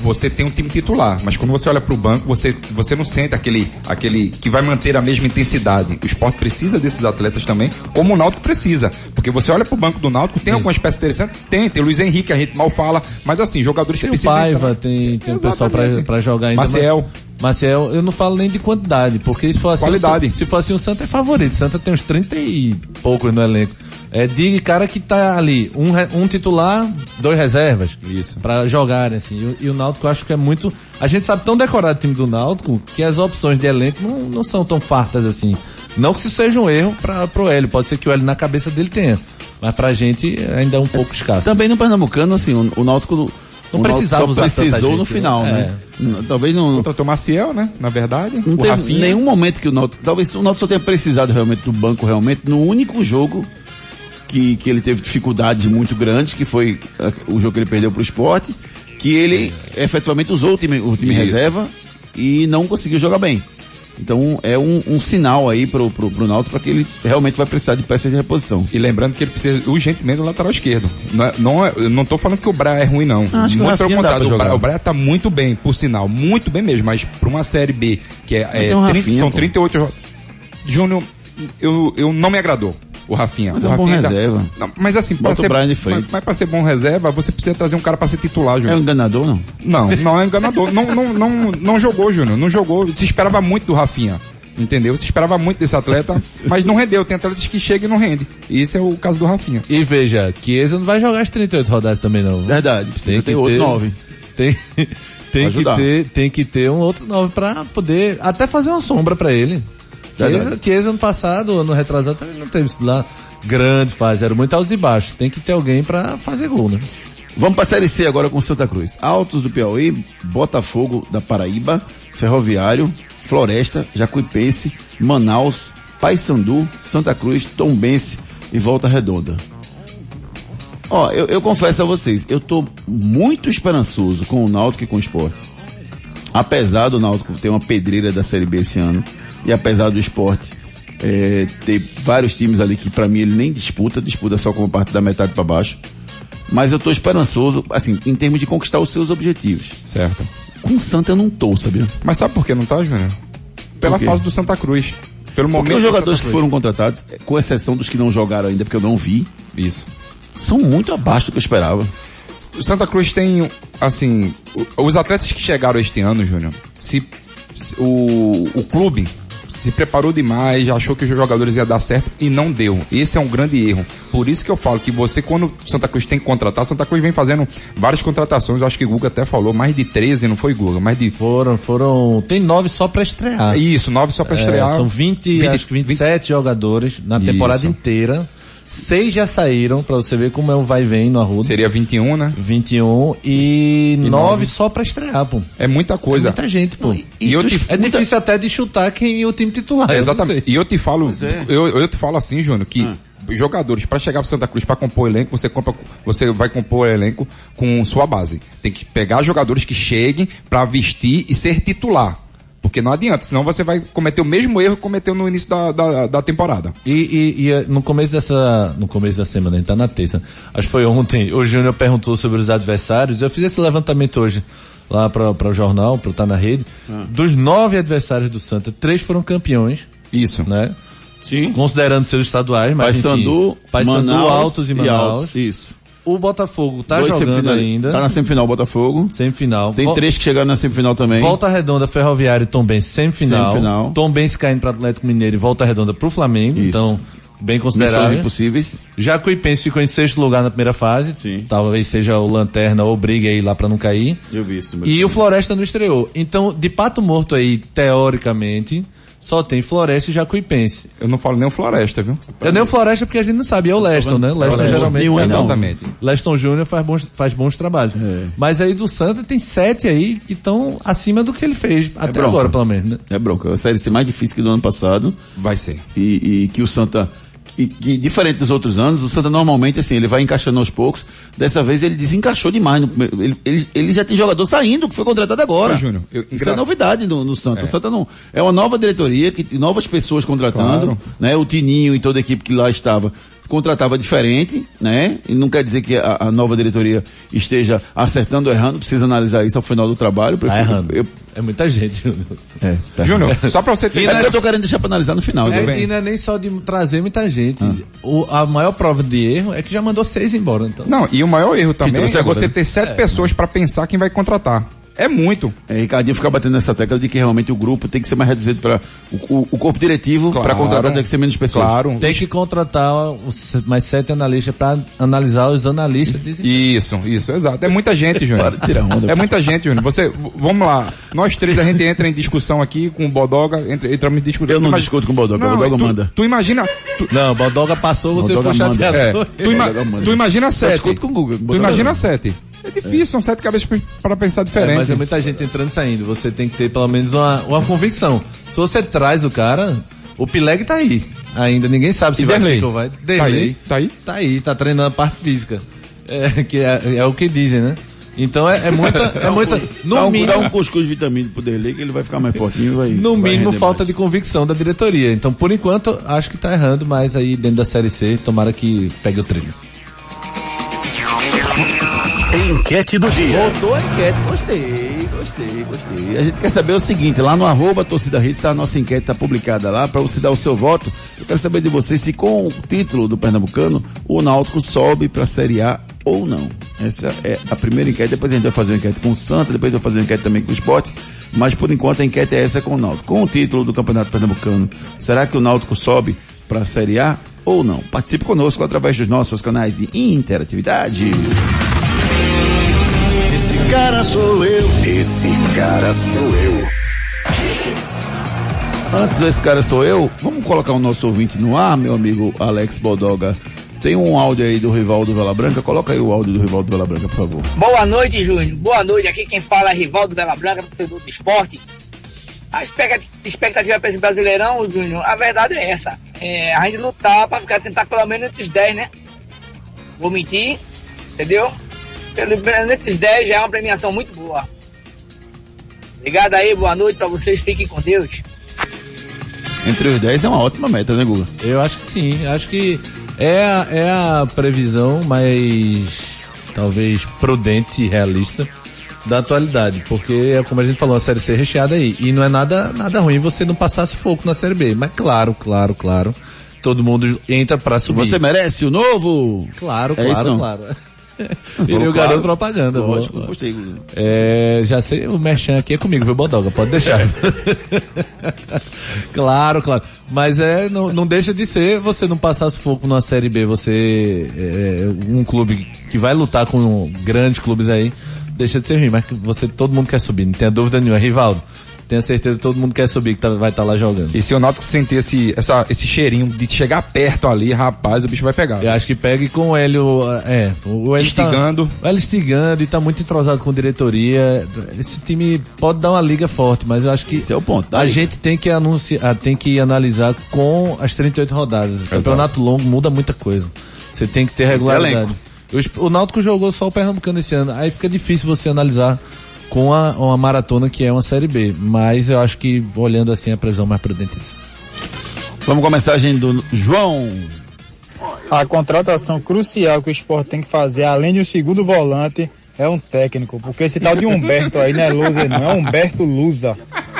G: Você tem um time titular, mas quando você olha para o banco, você, você não sente aquele, aquele que vai manter a mesma intensidade. O esporte precisa desses atletas também, como o Náutico precisa. Porque você olha para o banco do Náutico, tem algumas peças interessantes? Tem, tem Luiz Henrique, a gente mal fala, mas assim, jogadores
H: Tem
G: que
H: o
G: precisam.
H: Paiva,
G: entrar.
H: tem, tem o
G: Exatamente.
H: pessoal pra, pra jogar ainda.
G: Maciel.
H: mas- Maciel, eu não falo nem de quantidade, porque se for assim.
G: Qualidade.
H: o Sa- Se for assim, o Santa é favorito. O Santa tem uns 30 e poucos no elenco. É de cara que tá ali, um, re- um titular, dois reservas.
G: Isso.
H: Pra jogarem, assim. E o- E, o Náutico eu acho que é muito. A gente sabe tão decorado o time do Náutico que as opções de elenco não, não são tão fartas assim. Não que isso seja um erro pra, pro Hélio. Pode ser que o Hélio na cabeça dele tenha. Mas pra gente ainda é um pouco escasso.
F: Também no Pernambucano, assim, o, o Náutico.
H: Não
F: o
H: precisava
F: Náutico só
H: usar tanta
F: precisou no
H: gente, né? É.
F: final, né? N- Talvez não.
G: Contratou Maciel, né? Na verdade.
F: Não
G: o
F: teve
G: Rafinha.
F: nenhum momento que o Náutico. Talvez o Náutico só tenha precisado realmente do banco, realmente, no único jogo que, que ele teve dificuldades muito grandes, que foi ah, o jogo que ele perdeu para o esporte, que ele efetivamente usou o time, o time
G: Isso.
F: reserva e não conseguiu jogar bem. Então é um, um sinal aí pro, pro, pro Náutico para que ele realmente vai precisar de peças de reposição.
G: E lembrando que ele precisa urgentemente do lateral esquerdo. Não, é- não, é- eu não tô falando que o Braia é ruim, não.
F: Ah, acho que o
G: muito pelo
F: Rafinha dá pra
G: contrário. O
F: jogar.
G: Braia, o Braia tá muito bem, por sinal. Muito bem mesmo. Mas pra uma série B, que é, é
F: tem o
G: 30
F: um Rafinha,
G: são
F: pô.
G: 38 jo- Júnior, eu, eu não me agradou. O Rafinha.
F: Mas
G: o
F: é um bom
G: Rafinha tá-
F: reserva.
G: Não, mas assim, pra
F: Bota o
G: ser,
F: Brian de frente.
G: mas, mas pra ser bom reserva, você precisa trazer um cara pra ser titular, Júnior.
F: É um enganador, não?
G: Não, não é enganador. não, não, não, não jogou, Júnior. Não jogou. Se esperava muito do Rafinha. Entendeu? Se esperava muito desse atleta, mas não rendeu. Tem atletas que chegam e não rende. E esse é o caso do Rafinha.
H: E veja, Chiesa não vai jogar as 38 rodadas também não.
F: Verdade. Precisa
H: que
F: ter outro
H: ter.
F: nove.
H: Tem, tem, que
F: Ajudar.
H: ter, tem que ter um outro nove pra poder até fazer uma sombra pra ele.
F: Verdade.
H: Que ano passado, ano retrasado, também não teve isso lá grande fase, era muito altos e baixos. Tem que ter alguém pra fazer gol, né?
F: Vamos para a Série C agora com Santa Cruz. Altos do Piauí, Botafogo da Paraíba, Ferroviário, Floresta, Jacuipense, Manaus, Paysandu, Santa Cruz, Tombense e Volta Redonda. Ó, eu, eu confesso a vocês, eu tô muito esperançoso com o Náutico e com o Esporte. Apesar do Náutico ter uma pedreira da Série B esse ano, e apesar do Esporte eh, ter vários times ali que pra mim ele nem disputa, disputa só como parte da metade pra baixo mas eu tô esperançoso, assim, em termos de conquistar os seus objetivos.
G: Certo.
F: Com o Santa eu não tô, sabia?
G: Mas sabe por que não tá, Júnior? Pela
F: Por quê?
G: fase do Santa Cruz.
F: Porque
G: Pelo momento. tá
F: os
G: do
F: jogadores que
G: Santa Cruz.
F: foram contratados, é, com exceção dos que não jogaram ainda, porque eu não vi,
G: Isso.
F: são muito abaixo do que eu esperava.
G: O Santa Cruz tem, assim, o- os atletas que chegaram este ano, Júnior, se, se- o, o clube se preparou demais, achou que os jogadores ia dar certo e não deu. Esse é um grande erro. Por isso que eu falo que você, quando o Santa Cruz tem que contratar, Santa Cruz vem fazendo várias contratações, eu acho que o Guga até falou, mais de 13, não foi Guga, mais de...
H: Foram, foram. Tem nove só pra estrear.
G: Isso, nove só pra
H: É,
G: estrear.
H: São 20,
G: 20,
H: acho que 27 jogadores na temporada
G: Isso.
H: inteira. Seis já saíram, pra você ver como é um vai e vem no Arruda.
G: Seria 21, né?
H: 21 e, nove
G: nove.
H: só pra estrear, pô.
G: É muita coisa.
H: É muita gente, pô.
G: E eu te-
H: É difícil até de chutar quem é o time titular. eu não
G: Exatamente.
H: sei.
G: E eu te falo,
F: é.
G: eu, eu te falo assim, Júnior, que jogadores para chegar pro Santa Cruz para compor elenco, você compra, você vai compor elenco com sua base. Tem que pegar jogadores que cheguem para vestir e ser titular. Porque não adianta, senão você vai cometer o mesmo erro que cometeu no início da, da, da temporada.
H: E, e- e, eh, no começo dessa, no começo da semana, a gente tá na terça, acho que foi ontem, o Júnior perguntou sobre os adversários, eu fiz esse levantamento hoje lá para o jornal, para estar na rede,
F: Ah.
H: dos nove adversários do Santa, três foram campeões,
G: Isso.
H: né?
F: Sim.
H: Considerando seus estaduais, mas
F: Paysandu,
H: enfim, Paysandu,
F: Manaus
H: Altos e Manaus.
F: Altos, Isso.
H: O Botafogo tá
F: Dois
H: jogando
F: semifinais.
H: ainda,
F: Tá na semifinal Botafogo.
H: semifinal.
F: Tem
H: Vol-
F: três que chegaram na semifinal também.
H: Volta Redonda, Ferroviário e Tombense semifinal.
F: Semifinal.
H: Tombense caindo para Atlético Mineiro e Volta Redonda para o Flamengo.
F: Isso.
H: Então, bem
F: Missões
H: considerável.
F: impossíveis.
H: Jacuipense ficou em sexto lugar na primeira fase.
F: Sim.
H: Talvez seja o Lanterna ou briga aí lá pra não cair.
F: Eu vi isso.
H: E o Floresta não estreou. Então, de pato morto aí, teoricamente, só tem Floresta e Jacuipense.
G: Eu não falo nem o Floresta, viu?
H: Eu nem o Floresta porque a gente não sabe, é o Leston, né? O Leston
F: Floresta.
H: geralmente...
F: Nenhum é não.
G: Exatamente.
H: Leston Júnior faz bons, faz bons trabalhos.
F: É.
H: Mas aí do Santa tem sete aí que estão acima do que ele fez, até
F: bronca.
H: agora pelo menos, né?
F: É bronca. A Série C mais difícil que do ano passado.
G: Vai ser.
F: e, e que o Santa e que diferente dos outros anos, o Santa normalmente assim, ele vai encaixando aos poucos. Dessa vez ele desencaixou demais. no primeiro- ele, ele, ele já tem jogador saindo, que foi contratado agora.
G: Ô, Júnior, eu-
F: Isso é
G: engra-
F: novidade no, no Santa. O Santa não. É uma nova diretoria, que novas pessoas contratando,
G: Claro.
F: né? O Tininho e toda a equipe que lá estava contratava diferente, né? E não quer dizer que a, a nova diretoria esteja acertando ou errando, precisa analisar isso ao final do trabalho.
H: Tá
F: Prefiro-
H: errando.
F: Eu,
H: É muita gente, Júnior.
F: é, tá.
G: Júnior, só pra você ter
F: É porque eu tô querendo deixar pra analisar no final. Ah.
H: É,
F: né?
H: e não é nem só de trazer muita gente. O- a maior prova de erro é que já mandou seis embora, então.
G: Não, e o maior erro também
F: trouxe
G: é
F: agora,
G: você
F: né?
G: ter sete pessoas pra pensar quem vai contratar. É muito.
F: É, Ricardinho fica batendo nessa tecla de que realmente o grupo tem que ser mais reduzido para o, o- o corpo diretivo
G: Claro.
F: para contratar tem que ser menos pessoas.
G: Claro.
H: Tem que contratar os mais sete analistas para analisar os analistas. De...
G: Isso, isso, exato. É muita gente, Júnior.
F: Para de tirar onda.
G: É muita gente, Júnior. Você, v- vamos lá. Nós três, a gente entra em discussão aqui com o Bodoga, entra, entramos em discussão.
F: Eu não
G: Tu imagi-
F: discuto com o Bodoga,
G: Não,
F: o Bodoga
G: tu,
F: manda.
G: Tu imagina, tu,
H: Não, Baldoga passou, você
F: Baldoga
H: foi chateado.
G: é,
H: É.
G: tu, ima-
F: Bodoga manda. É,
G: tu imagina sete.
F: discuto com o Guga,
G: Tu
F: Bodoga
G: imagina
F: não.
G: sete. É difícil, são sete cabeças pra- pra pensar diferente.
H: mas é muita gente entrando e saindo. Você tem que ter pelo menos uma, uma convicção. Se você traz o cara, o Pileg tá aí. Ainda ninguém sabe se
G: E
H: vai
G: Derlei?
H: ficar ou vai.
G: Tá
H: Derlei.
G: aí, tá aí.
H: Tá aí, tá treinando a parte física. É, que é, é o que dizem, né? Então é, é muita,
G: Tá
H: é muita,
F: dá,
H: no
F: um,
H: mínimo,
F: dá um cuscuz de vitamina pro Derlei que ele vai ficar mais fortinho e vai.
H: no
F: vai
H: mínimo
F: render
H: falta
F: mais.
H: de convicção da diretoria. Então, por enquanto, acho que tá errando, mas aí dentro da Série C, tomara que pegue o trilho.
E: Enquete do dia.
F: Voltou a enquete, gostei, gostei, gostei. A gente quer saber o seguinte, lá no arroba torcida Hits, tá, a nossa enquete está publicada lá, para você dar o seu voto. Eu quero saber de você se com o título do Pernambucano, o Náutico sobe para a Série A ou não. Essa é a primeira enquete, depois a gente vai fazer uma enquete com o Santa, depois vai fazer uma enquete também com o Sport, mas por enquanto a enquete é essa com o Náutico. Com o título do Campeonato Pernambucano, será que o Náutico sobe para a Série A ou não? Participe conosco através dos nossos canais de interatividade.
E: Esse cara sou eu. Esse cara sou eu.
F: Antes desse cara sou eu, vamos colocar o nosso ouvinte no ar, meu amigo Alex Bodoga. Tem um áudio aí do Rivaldo Vela Branca, coloca aí o áudio do Rivaldo Vela Branca, por favor.
I: Boa noite, Júnior. Boa noite. Aqui quem fala é Rivaldo Vela Branca, torcedor do esporte. A expecta- expectativa para esse Brasileirão, Júnior, a verdade é essa. É, a gente lutar para ficar tentar pelo menos entre os 10, né? Vou mentir, entendeu? Pelo menos entre os 10 já é uma premiação muito boa. Obrigado aí, boa noite para vocês, fiquem com Deus.
F: Entre os 10 é uma ótima meta, né, Guga?
H: Eu acho que sim. Acho que é, a- é a previsão mais, talvez, prudente e realista da atualidade. Porque, é como a gente falou, a Série C é recheada aí. E não é nada, nada ruim você não passar sufoco na Série B. Mas claro, claro, claro. Todo mundo entra pra subir.
F: Você merece o novo?
H: Claro,
F: É isso
H: claro,
F: não?
H: claro. Ele o garoto propaganda.
F: Lógico,
H: vou-
F: gostei, Guga.
H: é, já sei, o merchan aqui é comigo, viu, Bodoga? Pode deixar. claro, claro. Mas é, não, não deixa de ser você não passar sufoco numa Série B, você, é, um clube que vai lutar com grandes clubes aí, deixa de ser ruim, mas que você, todo mundo quer subir, não tenha dúvida nenhuma. Rivaldo, tenha certeza que todo mundo quer subir, que tá- vai estar lá jogando.
G: E se o Náutico sentir esse, essa, esse cheirinho de chegar perto ali, rapaz, o bicho vai pegar.
H: Eu acho que pega e com o Hélio, é, o Hélio tá-
G: Instigando.
H: Vai ele estigando e tá muito entrosado com diretoria. Esse time pode dar uma liga forte, mas eu acho que
F: Esse é o ponto, tá
H: a
F: aí.
H: gente tem que anunciar, tem que analisar com as 38 rodadas. O Campeonato longo muda muita coisa. Você tem que ter regularidade.
F: elenco.
H: O es- O Náutico jogou só o Pernambucano esse ano. Aí fica difícil você analisar com a, uma maratona que é uma série B. Mas eu acho que olhando assim a previsão mais prudente é essa.
F: Vamos com a mensagem do João.
K: A contratação crucial que o esporte tem que fazer, além de um segundo volante, é um técnico. Porque esse tal de Humberto aí não é Lusa, não. É Humberto Lusa.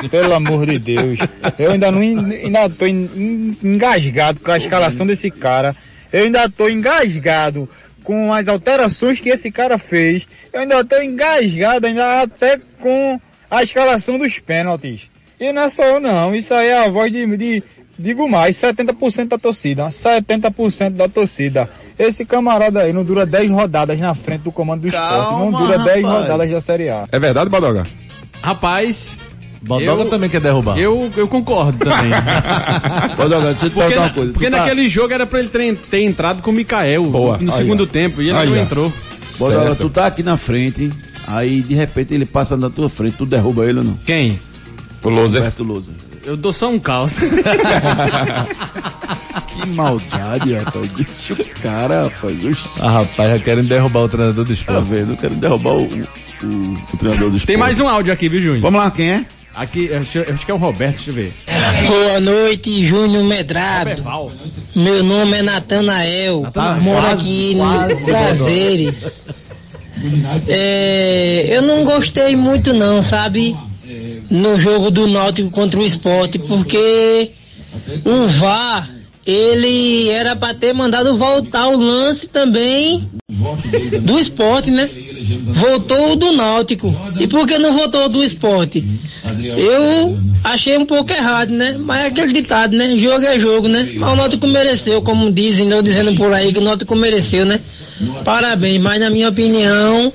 K: Pelo amor de Deus. Eu ainda não en- ainda tô en- en- engasgado com a escalação desse cara. Eu ainda tô engasgado com as alterações que esse cara fez. Eu ainda tô engasgado ainda até com a escalação dos pênaltis. E não é só eu não, isso aí é a voz de, de- digo mais, 70% da torcida, 70% da torcida. Esse camarada aí não dura 10 rodadas na frente do comando do esporte, não
F: Calma,
K: dura 10
F: rapaz.
K: rodadas da Série A.
G: É verdade, Badoga?
J: Rapaz,
H: Bodoga
J: Eu-
H: também quer derrubar.
J: eu, eu concordo também.
F: Bodoga, deixa eu te
J: Porque,
F: perguntar
J: na-
F: uma coisa.
J: porque
F: Tu tá-
J: naquele jogo era pra ele tre- ter entrado com o Mikael
G: Boa,
J: no
G: aí,
J: segundo
G: ó.
J: tempo e ele
G: Aí,
J: não
G: ó.
J: entrou.
F: Bodoga,
G: Certo.
F: tu tá aqui na frente, aí de repente ele passa na tua frente, tu derruba ele ou não?
J: Quem?
G: O Loser.
F: Roberto Lousa.
J: Eu dou só um caos.
F: Que maldade, rapaz. Deixa o cara, rapaz. Oxi.
H: Ah, rapaz, já querem derrubar o treinador do
F: Tá
H: esporte.
F: vendo? Eu quero derrubar o, o, o treinador do esporte.
J: Tem mais um áudio aqui, viu, Júnior?
F: Vamos lá, quem é?
J: Aqui, eu acho, eu acho que é o Roberto, deixa eu ver.
I: Boa noite, Júnior Medrado.
J: Perval.
I: Meu nome é Natanael, moro aqui em Prazeres. É, eu não gostei muito não, sabe? No jogo do Náutico contra o Esporte, porque o VAR, ele era pra ter mandado voltar o lance também do Esporte, né? Voltou o do Náutico. E por que não voltou o do Esporte? Eu achei um pouco errado, né? Mas é aquele ditado, né? Jogo é jogo, né? Mas o Náutico mereceu, como dizem, não dizendo por aí que o Náutico mereceu, né? Parabéns, mas na minha opinião,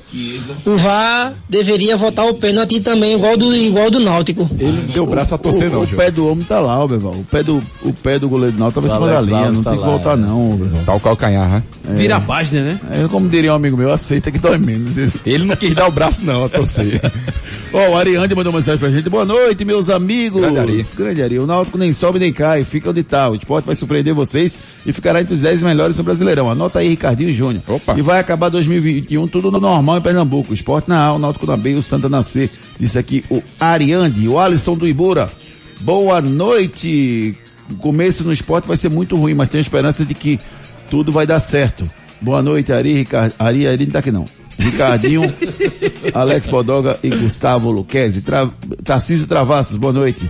I: o VAR deveria votar o pênalti também, igual do, igual do Náutico.
G: Ele deu o braço a torcer,
F: o,
G: não,
F: o
G: Júnior.
F: pé do homem tá lá, ó, Beval. O pé do, o pé do goleiro do Náutico tava em cima da
H: Alex
F: linha.
H: Alves
F: Não
H: tá
F: tem que
H: lá,
F: voltar,
H: é.
F: não, Beval.
G: Tá o calcanhar, né?
J: Vira a página, né?
F: É como diria um amigo meu, aceita que dói menos. Esse.
G: Ele não quis dar o braço, não, a torcer.
F: Ó, o Ariane mandou mensagem pra gente. Boa noite, meus amigos.
G: Grande Ari.
F: Grande Ari. O Náutico nem sobe nem cai, fica onde tá. O esporte vai surpreender vocês e ficará entre os 10 melhores do Brasileirão. Anota aí, Ricardinho Júnior.
G: Opa.
F: E vai acabar 2021 tudo no normal em Pernambuco. O esporte na A, o Náutico na B e o Santa na C. Disse aqui o Ariane, o Alisson do Ibura. Boa noite. O começo no esporte vai ser muito ruim, mas tenho esperança de que tudo vai dar certo. Boa noite, Ari, Ricardo. Ari, Ari não tá aqui não. Ricardinho, Alex Podoga e Gustavo Luquezzi. Tra... Tarcísio Travassos, boa noite.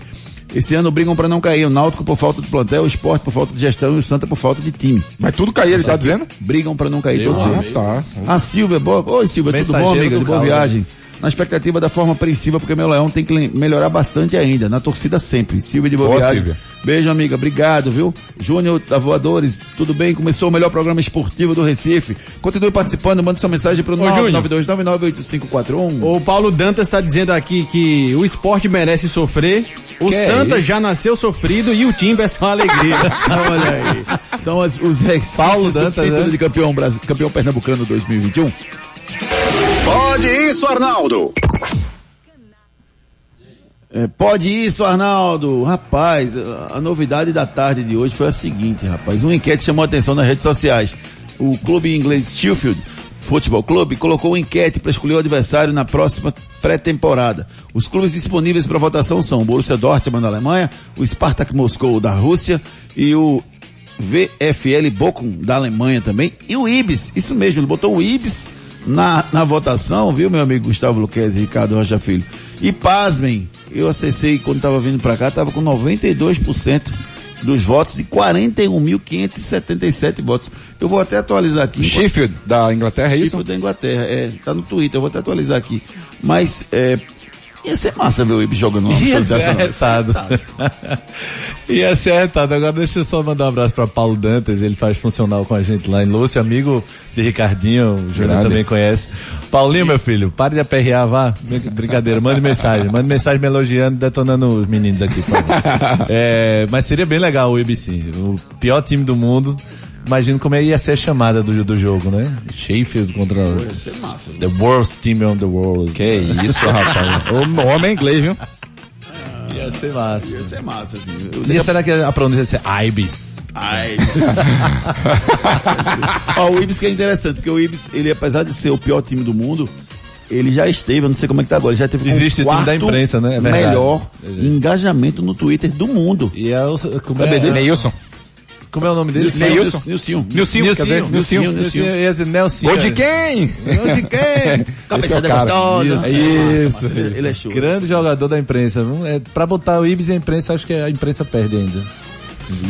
F: Esse ano brigam para não cair. O Náutico por falta de plantel, o Esporte por falta de gestão e o Santa por falta de time.
G: Mas tudo cair, ele tá dizendo? Ah, tá.
F: Brigam para não cair
G: Meu
F: todos eles.
G: Deus.
F: A Silvia, boa. Oi, Silvia, tudo bom,
G: Mensageiro
F: amiga?
G: do né?
F: Boa
G: caos.
F: viagem. Na expectativa da forma apreensiva, porque meu leão tem que le- melhorar bastante ainda. Na torcida sempre. Silvia de boa,
G: Boa,
F: viagem.
G: Silvia.
F: Beijo, amiga. Obrigado, viu? Júnior da Voadores, tudo bem? Começou o melhor programa esportivo do Recife. Continue participando, manda sua mensagem pro
J: Ô, Júnior.
F: 992998541.
J: O Paulo Dantas está dizendo aqui que o esporte merece sofrer, o
F: Que é
J: Santa
F: isso?
J: já nasceu sofrido e o Timba é só alegria.
F: Olha aí. São as- os resquícios
J: Paulo
F: do
J: Dantas,
F: título
J: né?
F: de campeão, brasi- campeão pernambucano 2021.
E: Pode isso, Arnaldo.
F: É, pode isso, Arnaldo. Rapaz, a a novidade da tarde de hoje foi a seguinte, rapaz. Uma enquete chamou a atenção nas redes sociais. O clube inglês Sheffield Futebol Clube colocou uma enquete para escolher o adversário na próxima pré-temporada. Os clubes disponíveis para votação são o Borussia Dortmund da Alemanha, o Spartak Moscou da Rússia e o VFL Bochum da Alemanha também e o Ibis. Isso mesmo, ele botou o Ibis na, na votação, viu, meu amigo Gustavo Luquez e Ricardo Rocha Filho? E pasmem, eu acessei quando estava vindo para cá, estava com 92% dos votos e 41.577 votos. Eu vou até atualizar aqui.
G: Sheffield da Inglaterra, é isso?
F: Sheffield da Inglaterra, é, tá no Twitter, eu vou até atualizar aqui. Mas, é, ia ser massa ver o Ibis jogando uma
H: Ia
F: coisa dessa,
H: ser
J: um-
F: não.
H: arretado.
J: Tá.
H: Ia ser arretado. é Agora deixa eu só mandar um abraço para Paulo Dantas, ele faz funcional com a gente lá em Lúcio, amigo de Ricardinho, o Júnior
G: Grande.
H: também conhece. Paulinho, meu filho, pare de aperrear, vá. Brincadeira, mande mensagem. Mande mensagem me elogiando, detonando os meninos aqui, por favor. É, mas seria bem legal o IBC, o pior time do mundo. Imagino como é- ia ser a chamada do, do jogo, né? Sheffield contra...
F: Ia ser massa.
H: The worst team on the world.
G: Que isso, rapaz. o nome é inglês, viu?
H: Ia ser massa.
F: Ia ser massa, assim.
H: E será que a pronúncia ia ser Ibis?
F: Ibis. Ó, o Ibis que é interessante, porque o Ibis, ele apesar de ser o pior time do mundo, ele já esteve, eu não sei como é que tá agora, ele já teve como
H: Existe o time
F: quarto
H: da imprensa, né? É verdade.
F: melhor engajamento no Twitter do mundo.
H: E é o... Como
F: Sabe
H: é,
F: desse?
G: Neilson.
H: como é o nome dele?
G: Neilson.
F: Nilson.
G: Nilson, quer dizer,
H: Nilson.
G: Nilson.
H: Nilson. Eu ia dizer Nelson.
G: Ou de quem?
H: Ou de
F: Tá
H: quem?
F: Cabeçada
G: é o cara.
F: gostosa.
H: Isso.
F: Ele- Ele é show.
H: Grande jogador da imprensa. Não É, pra botar o Ibis e a imprensa, acho que a imprensa perde ainda.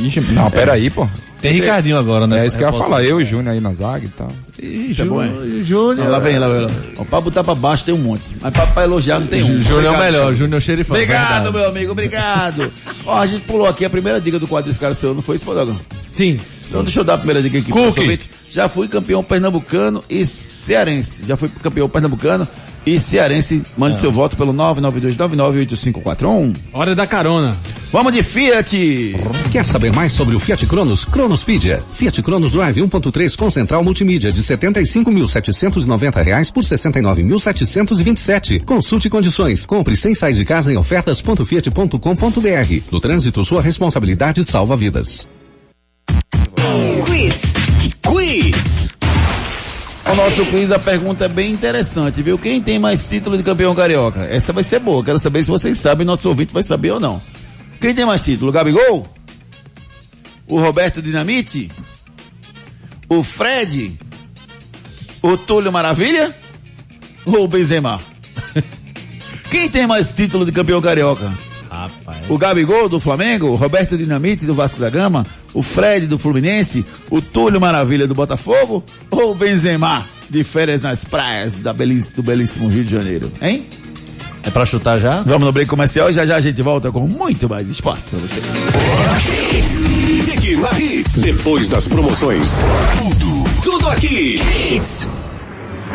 G: Ixi, Não, peraí, pô.
H: Tem Ricardinho agora, né?
G: É isso que eu ia falar, eu e Júnior aí na zaga e tal.
H: Ih,
F: Isso é
H: Jú-
F: bom, é?
H: Júnior.
F: Não, lá vem, lá vem. lá vem. Ó, pra botar pra baixo tem um monte, mas pra, pra elogiar não tem um.
H: Júnior é o
F: Obrigado,
H: melhor, Júnior xerifão.
F: Obrigado,
H: verdade.
F: meu amigo, obrigado. Ó, a gente pulou aqui a primeira dica do quadro desse cara seu, não foi isso, Podogão?
J: Sim.
F: Então deixa eu dar a primeira dica aqui. pro
J: Cookie.
F: ouvinte. Já fui campeão pernambucano e cearense. Já fui campeão pernambucano e cearense.
H: Ah.
F: Mande seu voto pelo 992998541.
J: Hora da carona.
F: Vamos de Fiat!
D: Quer saber mais sobre o Fiat Cronos? Cronospedia. Fiat Cronos Drive 1.3 com central multimídia de R$ 75.790 por R$ 69.727. Consulte condições. Compre sem sair de casa em ofertas.fiat.com.br. No trânsito, sua responsabilidade salva vidas.
L: Quiz. Quiz.
F: O nosso quiz, a pergunta é bem interessante, viu? Quem tem mais título de campeão carioca? Essa vai ser boa, quero saber se vocês sabem, nosso ouvinte vai saber ou não. Quem tem mais título? Gabigol? O Roberto Dinamite? O Fred? O Túlio Maravilha? Ou o Benzema? Quem tem mais título de campeão carioca?
H: Rapaz.
F: O Gabigol do Flamengo, o Roberto Dinamite do Vasco da Gama, o Fred do Fluminense, o Túlio Maravilha do Botafogo ou o Benzema de férias nas praias da beliz- do belíssimo Rio de Janeiro, hein?
H: É pra chutar já?
F: Vamos no break comercial e já já a gente volta com muito mais esporte pra vocês.
E: Fique na Hits. Depois das promoções. Tudo, tudo aqui.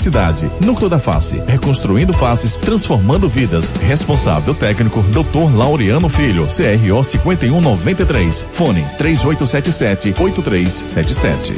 A: Núcleo da Face, reconstruindo faces, transformando vidas. Responsável técnico, Dr. Laureano Filho, CRO 5193, fone 3877 8377.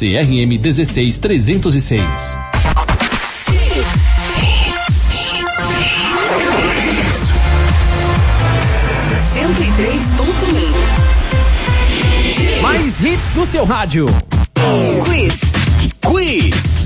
M: CRM 16306.
J: Mais hits no seu rádio.
L: Quiz.
F: Quiz.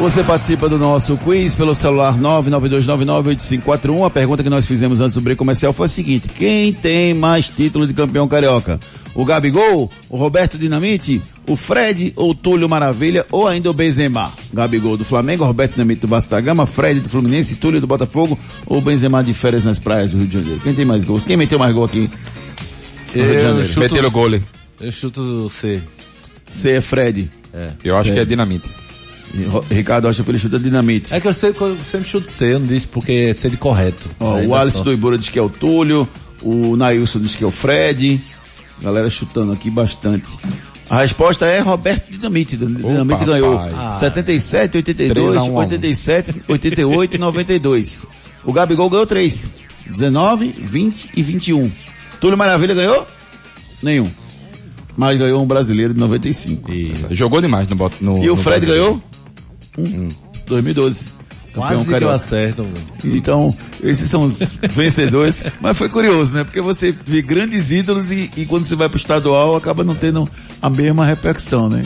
F: Você participa do nosso quiz pelo celular 992998541. A pergunta que nós fizemos antes do break comercial foi a seguinte: quem tem mais títulos de campeão carioca? O Gabigol, o Roberto Dinamite, o Fred ou o Túlio Maravilha ou ainda o Benzema? Gabigol do Flamengo, Roberto Dinamite do Vasco da Gama, Fred do Fluminense, Túlio do Botafogo ou Benzema de férias nas praias do Rio de Janeiro? Quem tem mais gols? Quem meteu mais gol aqui? No Rio de Janeiro.
G: Meteram o gol. hein?
H: Eu chuto o C.
F: C é Fred.
G: Eu acho
F: C.
G: que é dinamite.
F: E Ro- Ricardo acha que ele chuta dinamite.
H: É que eu, sei, eu sempre chuto C, eu não disse porque é C de correto.
F: Ó,
H: Aí
F: o
H: dá
F: Alisson
H: sorte.
F: do Ibura diz que é o Túlio, o Nailson diz que é o Fred. Galera chutando aqui bastante. A resposta é Roberto Dinamite. Dinamite ganhou
H: rapaz.
F: 77,
H: Três
F: 82,
H: a um a um.
F: 87, 88 e 92. O Gabigol ganhou 3. 19, 20 e 21. Túlio Maravilha ganhou? Nenhum. Mas ganhou um brasileiro de 95.
G: Jogou demais no bot. No,
F: E o
G: no
F: Fred
G: Brasil.
F: ganhou? Um. 2012.
H: Quase que eu
F: carioca.
H: acerto.
F: Então, esses são os vencedores. Mas foi curioso, né? Porque você vê grandes ídolos e, e quando você vai pro estadual acaba não tendo a mesma repercussão, né?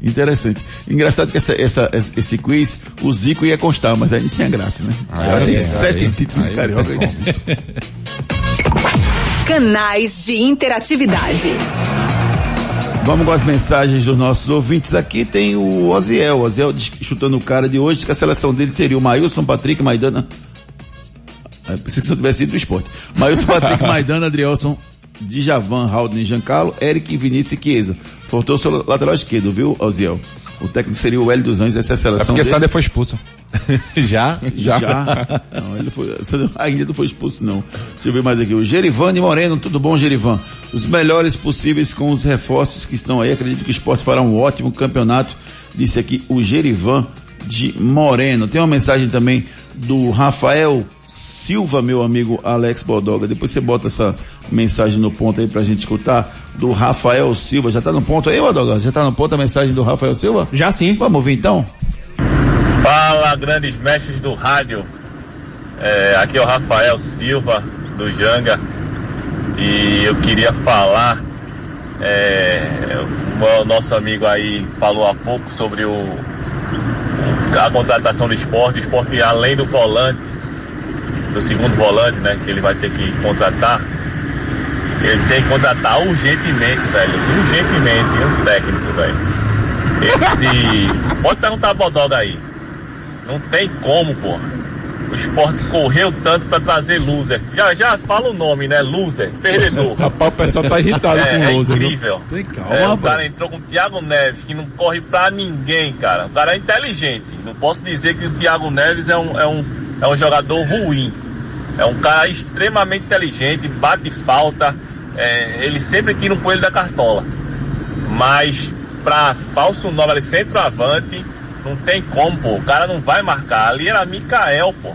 F: Interessante. Engraçado que essa, essa- esse- esse quiz, o Zico ia constar, mas aí não tinha graça, né?
G: Ah,
F: Já
G: é,
F: tem
G: é,
F: sete
G: aí-
F: títulos de
G: aí é
F: carioca.
G: não tem
N: Canais de interatividade.
F: Vamos com as mensagens dos nossos ouvintes. Aqui tem o Oziel. O Oziel diz que- chutando o cara de hoje, diz que a seleção dele seria o Maílson, Patrick, Maidana. Ah, Pensei que se eu tivesse ido do esporte. Maílson, Patrick, Maidana, Adrielson, Djavan, Haldin, Giancarlo, Eric, Vinícius e Chiesa. Faltou o seu lateral esquerdo, viu, Oziel? O técnico seria o Hélio dos Anjos, essa é a
G: É
F: seleção
G: porque
F: dele.
G: Sander foi expulso.
F: Já? Já.
G: Já.
F: Não, ele foi, ainda não foi expulso, não. Deixa eu ver mais aqui. O Gerivane Moreno, tudo bom, Gerivan? Os melhores possíveis com os reforços que estão aí. Acredito que o esporte fará um ótimo campeonato. Disse aqui o Gerivan de Moreno. Tem uma mensagem também do Rafael Silva, meu amigo Alex Bodoga. Depois você bota essa mensagem no ponto aí pra gente escutar. Do Rafael Silva. Já tá no ponto aí, Bodoga? Já tá no ponto a mensagem do Rafael Silva? Já sim. Vamos ouvir então?
O: Fala, grandes mestres do rádio. É, aqui é o Rafael Silva, do Janga. E eu queria falar, é, o nosso amigo aí falou há pouco sobre o, o- a contratação do esporte. O esporte, é além do volante, do segundo volante, né, que ele vai ter que contratar, ele tem que contratar urgentemente, velho. Urgentemente, um técnico, velho. Esse. Pode perguntar a Bodoga aí. Não tem como, pô. O esporte correu tanto pra trazer loser. Já já fala o nome, né? Loser, perdedor.
G: Rapaz, o pessoal tá irritado
O: é,
G: com o
O: é
G: loser, viu?
O: incrível.
G: Tem calma,
O: É, o
G: pô.
O: cara entrou com o Thiago Neves, que não corre pra ninguém, cara. O cara é inteligente. Não posso dizer que o Thiago Neves é um, é um, é um jogador ruim. É um cara extremamente inteligente, bate falta. é, ele sempre tira um coelho da cartola mas pra falso 9 ali, centroavante, não tem como, pô. O cara não vai marcar. Ali era Mikael, pô.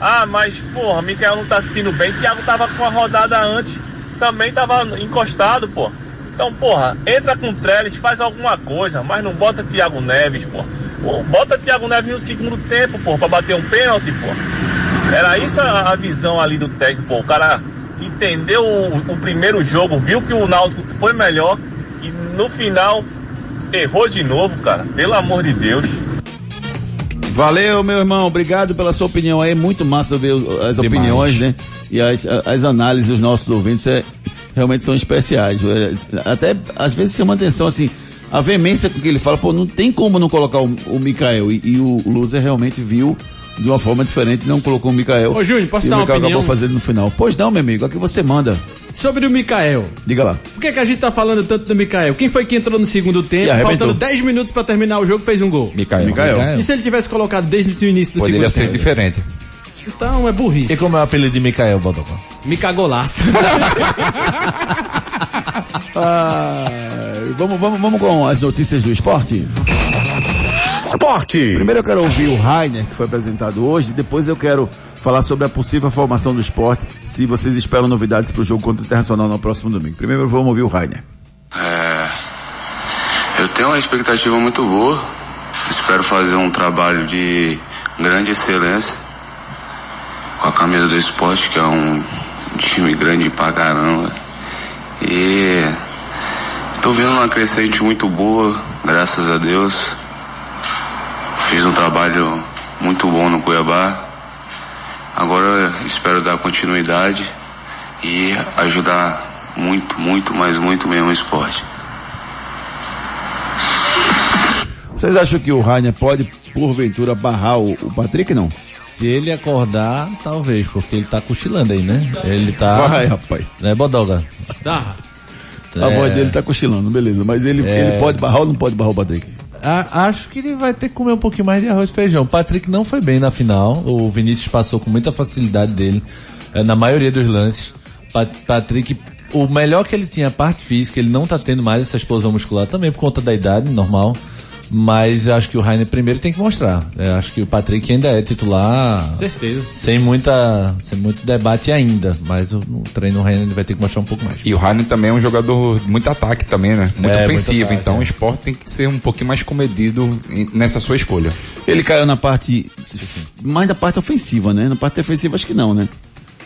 O: Ah, mas, porra, Mikael não tá sentindo bem. Thiago tava com a rodada antes, também tava encostado, pô. Então, porra, entra com o Trellis, faz alguma coisa, mas não bota Thiago Neves, pô. Pô, Bota Thiago Neves no segundo tempo, pô, pra bater um pênalti, pô. Era isso a a visão ali do técnico, pô. O cara entendeu o, o primeiro jogo, viu que o Náutico foi melhor e no final errou de novo, cara. Pelo amor de Deus.
F: Valeu, meu irmão. Obrigado pela sua opinião aí. Muito massa ver o- as opiniões, né? E as, a- as análises dos nossos ouvintes é, realmente são especiais. É, Até às vezes chama atenção, assim, a veemência com que ele fala, pô, não tem como não colocar o, o Mikael. E, e o Luzer realmente viu de uma forma diferente, não colocou o Mikael.
J: Ô, Júnior, posso
F: e
J: dar
F: o
J: uma
F: Mikael acabou
J: opinião?
F: fazendo no final. Pois não, meu amigo, aqui você manda.
J: Sobre o Mikael.
F: Diga lá.
J: Por que, que a gente tá falando tanto do Mikael? Quem foi que entrou no segundo
F: E
J: tempo,
F: arrebentou.
J: faltando 10 minutos pra terminar o jogo, fez um gol?
G: Mikael.
J: E se ele tivesse colocado desde o início do
G: Poderia
J: segundo
G: ser
J: tempo?
G: diferente.
J: Então é burrice. E
H: como é o apelido de Mikael, Baldocó?
J: Micagolaço.
F: Ah, vamos, vamos, vamos com as notícias do esporte? Esporte! Primeiro eu quero ouvir o Rainer, que foi apresentado hoje, depois eu quero falar sobre a possível formação do esporte, se vocês esperam novidades para o jogo contra o Internacional no próximo domingo. Primeiro vamos ouvir o Rainer.
P: É, eu tenho uma expectativa muito boa. Espero fazer um trabalho de grande excelência com a camisa do esporte, que é um time grande pra caramba. E tô vendo uma crescente muito boa, graças a Deus. Fiz um trabalho muito bom no Cuiabá. Agora espero dar continuidade e ajudar muito, muito, mas muito mesmo o esporte.
F: Vocês acham que o Rainer pode, porventura, barrar o, o Patrick, não?
H: Se ele acordar, talvez, porque ele tá cochilando aí, né? Ele tá.
F: Vai, rapaz.
H: Né, Bodoga?
J: Dá.
F: A
H: É.
F: voz dele tá cochilando, beleza, mas ele,
H: É.
F: ele pode barrar ou não pode barrar o Patrick?
H: A- acho que ele vai ter que comer um pouquinho mais de arroz e feijão. O Patrick não foi bem na final. O Vinícius passou com muita facilidade dele eh, na maioria dos lances. Pa- Patrick, o melhor que ele tinha a parte física, ele não tá tendo mais essa explosão muscular também por conta da idade, normal. Mas acho que o Rainer primeiro tem que mostrar. Eu acho que o Patrick ainda é titular
J: Certeza.
H: sem muita, sem muito debate ainda, mas o, o treino do Rainer vai ter que mostrar um pouco mais.
G: E o Rainer também é um jogador de muito ataque também, né? Muito
H: É, muito
G: ofensivo.
H: ataque,
G: então
H: é.
G: o esporte tem que ser um pouquinho mais comedido em- nessa sua escolha.
F: Ele caiu na parte, mais da parte ofensiva, né? Na parte defensiva acho que não, né?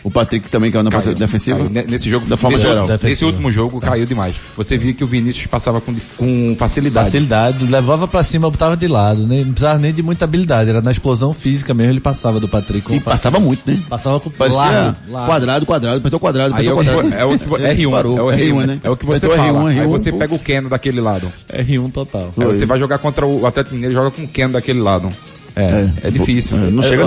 F: O Patrick também caiu na parte defensiva?
G: Caiu. Ne- Nesse jogo,
F: da forma
G: nesse,
F: geral.
G: nesse último jogo caiu demais. Você via que o Vinícius passava com, com facilidade.
H: Facilidade, levava pra cima, botava de lado, né? Não precisava nem de muita habilidade, era na explosão física mesmo, ele passava do Patrick. com
F: E passava
H: facilidade.
F: muito, né?
H: Passava com
F: Parecia
H: largo, largo.
F: quadrado, quadrado, apertou quadrado,
G: Aí é
F: apertou
G: o que,
F: quadrado.
G: é o que, R1,
F: Disparou.
G: é o R1,
F: né?
G: É o que você
F: Apertou
G: fala.
F: R1,
G: aí
F: R1,
G: você
F: putz.
G: pega o Keno daquele lado.
H: R1 total.
G: Aí
H: Foi.
G: você vai jogar contra o Atlético Mineiro, joga com o Keno daquele lado. É, é difícil.
H: É,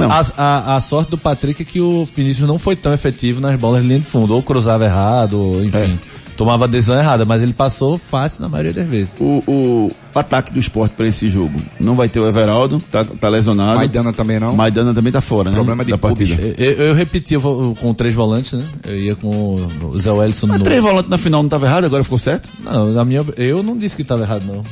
H: A, a- a sorte do Patrick é que o Vinícius não foi tão efetivo nas bolas de linha de fundo, ou cruzava errado, ou,
F: É.
H: enfim, tomava a decisão errada, mas ele passou fácil na maioria das vezes.
F: O, o ataque do esporte para esse jogo. Não vai ter o Everaldo, tá, tá lesionado.
G: Maidana também não.
F: Maidana também tá fora, né?
H: Problema de
F: da partida.
H: Eu, eu repeti eu vou- com três volantes, né? Eu ia com o Zé Wellison
F: Mas
H: no...
F: três volantes na final não tava errado, agora ficou certo?
H: Não, na minha, eu não disse que estava errado, não.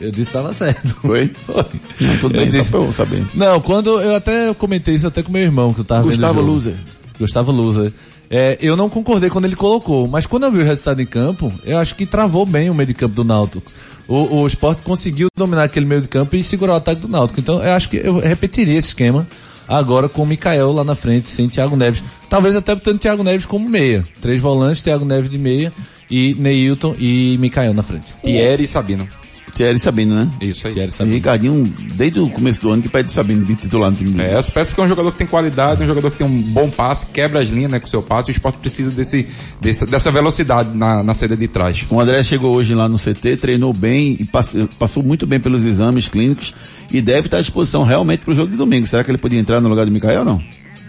H: Eu disse que estava certo.
F: Foi?
H: Foi.
F: Não, tudo
H: Eu
F: bem,
H: disse-
F: só pra eu saber.
H: Não, quando eu até comentei isso até com meu irmão, que eu tava
F: Gustavo
H: vendo o jogo.
F: Loser.
H: Gustavo Loser. É, eu não concordei quando ele colocou, mas quando eu vi o resultado em campo, eu acho que travou bem o meio de campo do Náutico. O, o Sport conseguiu dominar aquele meio de campo e segurar o ataque do Náutico. Então eu acho que eu repetiria esse esquema agora com o Mikael lá na frente, sem Thiago Neves. Talvez até botando Thiago Neves como meia. Três volantes, Thiago Neves de meia e Neilton e Mikael na frente.
G: Thierry e Sabino.
F: Thierry e Sabino, né?
G: Isso aí.
F: E Ricardinho, desde o começo do ano, que pede Sabino de titular no time dele.
G: É, eu peço porque é um jogador que tem qualidade, um jogador que tem um bom passe, quebra as linhas né, com seu passe. O esporte precisa desse, dessa, dessa velocidade na, na saída de trás.
F: O André chegou hoje lá no CT, treinou bem e pass- passou muito bem pelos exames clínicos e deve estar à disposição realmente para o jogo de domingo. Será que ele podia entrar no lugar do Mikael ou não?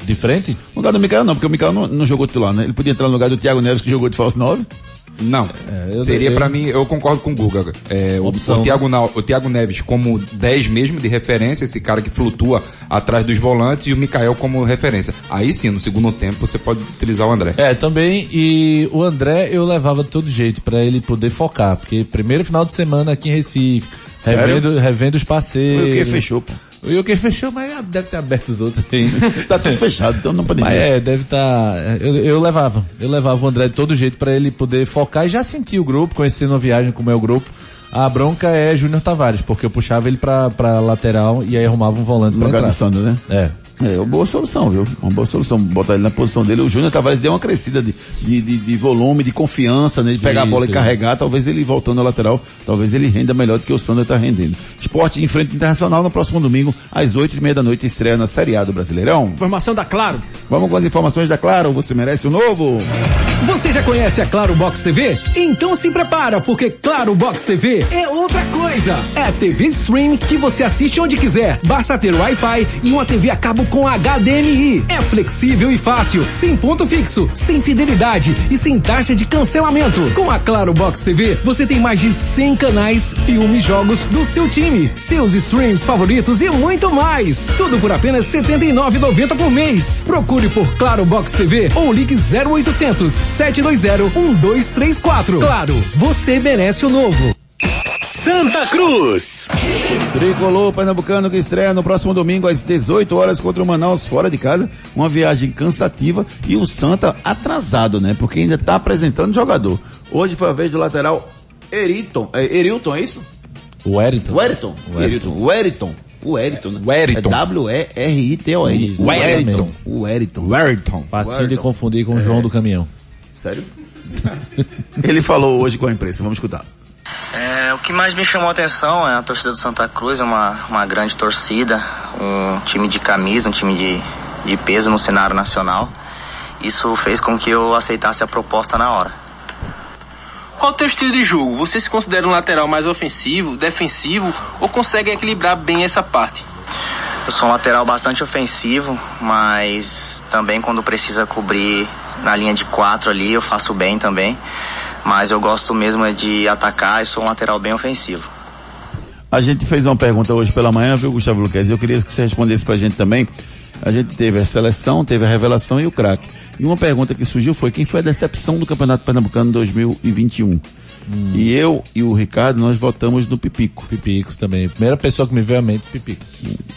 H: De frente?
F: No lugar do Mikael não, porque o Mikael não, não jogou titular, né? Ele podia entrar no lugar do Thiago Neves que jogou de falso 9.
G: Não.
H: É, eu-
G: Seria
H: eu-
G: pra mim, eu concordo com o Guga. É, o,
H: Opção.
G: o Thiago, Nau- o Thiago Neves como 10 mesmo de referência, esse cara que flutua atrás dos volantes, e o Mikael como referência. Aí sim, no segundo tempo, você pode utilizar o André.
H: É, também, e o André eu levava de todo jeito pra ele poder focar, porque primeiro final de semana aqui em Recife,
F: Sério?
H: revendo, revendo os parceiros.
F: Foi o que fechou, pô.
H: E o que fechou, mas deve ter aberto os outros aí.
F: tá tudo fechado, então não pode
H: Mas
F: ver.
H: é, deve estar. Eu, eu levava. Eu levava o André de todo jeito pra ele poder focar e já sentir o grupo, conhecendo a viagem como é o grupo. A bronca é Júnior Tavares, porque eu puxava ele pra, pra lateral e aí arrumava um volante pra
F: Lugar
H: entrar.
F: do Sandro, né?
H: É.
F: É, uma boa solução, viu? Uma boa solução. Botar ele na posição dele. O Júnior Tavares deu uma crescida de, de, de, de volume, de confiança, né? De pegar a bola e
H: Isso.
F: carregar. Talvez ele voltando à lateral, talvez ele renda melhor do que o Sandro está rendendo. Esporte em frente ao internacional no próximo domingo, às oito e meia da noite, estreia na Série A do Brasileirão.
J: Informação da Claro.
F: Vamos com as informações da Claro, você merece o novo.
B: Você já conhece a Claro Box TV? Então se prepara, porque Claro Box TV é outra coisa. É TV stream que você assiste onde quiser. Basta ter Wi-Fi e uma TV a cabo com HDMI. É flexível e fácil, sem ponto fixo, sem fidelidade e sem taxa de cancelamento. Com a Claro Box TV, você tem mais de 100 canais, filmes, jogos do seu time, seus streams favoritos e muito mais. Tudo por apenas R$ 79,90 por mês. Procure por Claro Box TV ou ligue 0800 720 1234. Claro, você merece o novo.
F: Santa Cruz. Tricolor Pernambucano que estreia no próximo domingo às 18 horas contra o Manaus fora de casa. Uma viagem cansativa e o Santa atrasado, né? Porque ainda está apresentando jogador. Hoje foi a vez do lateral Eriton. É, Erilton, é isso?
H: O Wellington.
F: Wellington. Wellington. Wellington. O Wellington, né? Wellington. É W-E-R-I-T-O-N.
H: Isso,
F: Wellington.
H: exatamente.
F: O Wellington.
H: Facinho de
F: Wellington.
H: confundir com o João do Caminhão.
F: Sério? Ele falou hoje com a imprensa, vamos escutar.
Q: É, o que mais me chamou a atenção é a torcida do Santa Cruz, é uma, uma grande torcida, um time de camisa, um time de, de peso no cenário nacional. Isso fez com que eu aceitasse a proposta na hora.
R: Qual o teu estilo de jogo? Você se considera um lateral mais ofensivo, defensivo ou consegue equilibrar bem essa parte?
Q: Eu sou um lateral bastante ofensivo, mas também quando precisa cobrir na linha de quatro ali, eu faço bem também. Mas eu gosto mesmo é de atacar e sou um lateral bem ofensivo.
F: A gente fez uma pergunta hoje pela manhã, viu, Gustavo Luquez? Eu queria que você respondesse pra gente também. A gente teve a seleção, teve a revelação e o craque. E uma pergunta que surgiu foi quem foi a decepção do Campeonato Pernambucano 2021? E eu e o Ricardo, nós votamos no Pipico.
H: Hum. Pipico também. Primeira pessoa que me veio à mente, Pipico.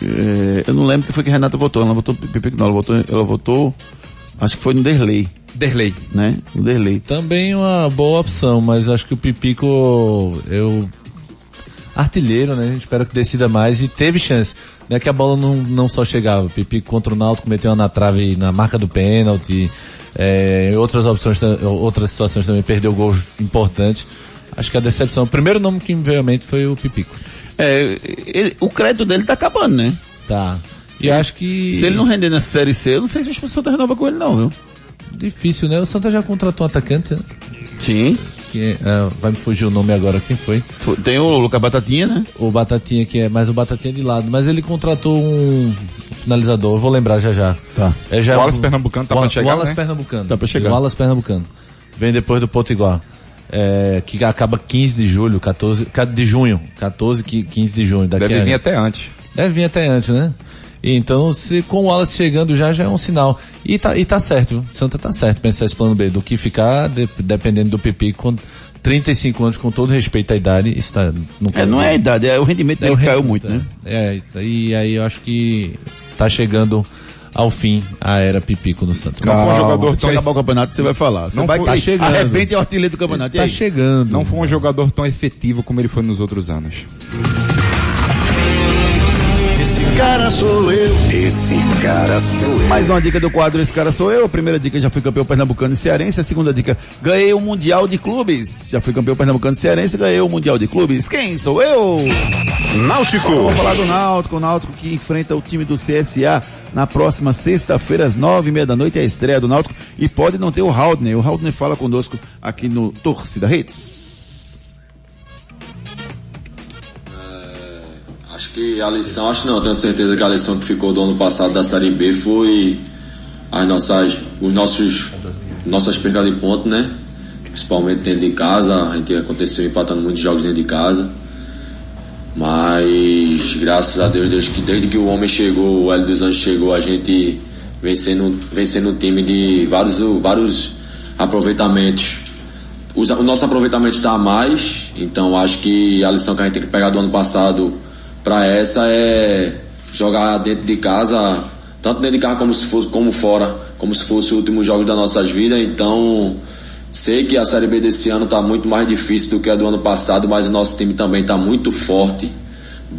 F: É, eu não lembro que foi que a Renata votou. Ela não votou no Pipico, não. Ela votou, ela votou, acho que foi no Derlei.
G: Derlei.
F: Né? O Derlei.
H: Também uma boa opção, mas acho que o Pipico, eu... Artilheiro, né? Espero que decida mais e teve chance. Não é que a bola não, não só chegava. Pipico contra o Náutico meteu uma na trave na marca do pênalti. É, em outras opções, ta- outras situações também perdeu gols importantes. Acho que a decepção, o primeiro nome que me veio à mente foi o Pipico.
F: É, o crédito dele tá acabando, né?
H: Tá. E acho que...
F: Se ele não render nessa Série C, eu não sei se a exposição tá renova com ele não, viu?
H: Difícil, né? O Santa já contratou um atacante, né?
F: Sim.
H: Que, ah, vai me fugir o nome agora, quem foi?
F: Tem o Lucas Batatinha, né?
H: O Batatinha que é, mas o Batatinha é de lado. Mas ele contratou um finalizador, eu vou lembrar já já.
F: Tá.
H: É, já é
G: Wallace
H: um-
G: Pernambucano tá pra
H: Wa-
G: chegar,
H: Wallace
G: né?
H: Pernambucano.
G: Tá pra chegar.
H: Wallace Pernambucano. Vem depois do Potiguar. É, que acaba 15 de julho, 14 ca- de junho. 14, qui- 15 de junho. Daqui
G: Deve
H: a-
G: vir até antes.
H: Deve vir até antes, né? Então, se com o Wallace chegando já, já é um sinal. E tá, e tá certo, viu? Santa tá certo pensar esse plano B. Do que ficar, de- dependendo do PP, com 35 anos, com todo respeito à idade, está não
F: É, não é a idade, é o rendimento dele
H: o
F: caiu
H: rendimento,
F: muito, né?
H: É, É, e aí eu acho que tá chegando ao fim a era Pipico no Santos.
F: Não foi um jogador tão... acabar o campeonato, você vai falar. Você
H: Não
F: vai
H: foi-
F: tá
H: tá chegando.
F: Arrebenta é o artilheiro do campeonato. e
H: Tá
F: aí?
H: chegando.
G: Não foi um jogador tão efetivo como ele foi nos outros anos.
E: Esse cara sou eu. Esse cara sou eu.
F: Mais uma dica do quadro Esse Cara Sou Eu. A primeira dica, já fui campeão pernambucano e cearense. A segunda dica, ganhei o Mundial de Clubes. Já fui campeão pernambucano e cearense, ganhei o Mundial de Clubes. Quem sou eu?
E: Náutico.
F: Vamos falar do Náutico. O Náutico que enfrenta o time do CSA na próxima sexta-feira, às nove e meia da noite, é a estreia do Náutico. E pode não ter o Haldner. O Haldner fala conosco aqui no Torcida Hits.
S: Acho que a lição, acho não, tenho certeza que a lição que ficou do ano passado da Série B foi as nossas, os nossos, nossas percas de ponto, né? principalmente dentro de casa. A gente aconteceu empatando muitos jogos dentro de casa. Mas graças a Deus, desde que, desde que o homem chegou, o Hélio dos Anjos chegou, a gente vem sendo, vem sendo um time de vários, vários aproveitamentos. Os- o nosso aproveitamento está a mais, então acho que a lição que a gente tem que pegar do ano passado para essa é jogar dentro de casa, tanto dentro de casa como, se fosse, como fora, como se fosse o último jogo das nossas vidas. Então, sei que a Série B desse ano está muito mais difícil do que a do ano passado, mas o nosso time também está muito forte,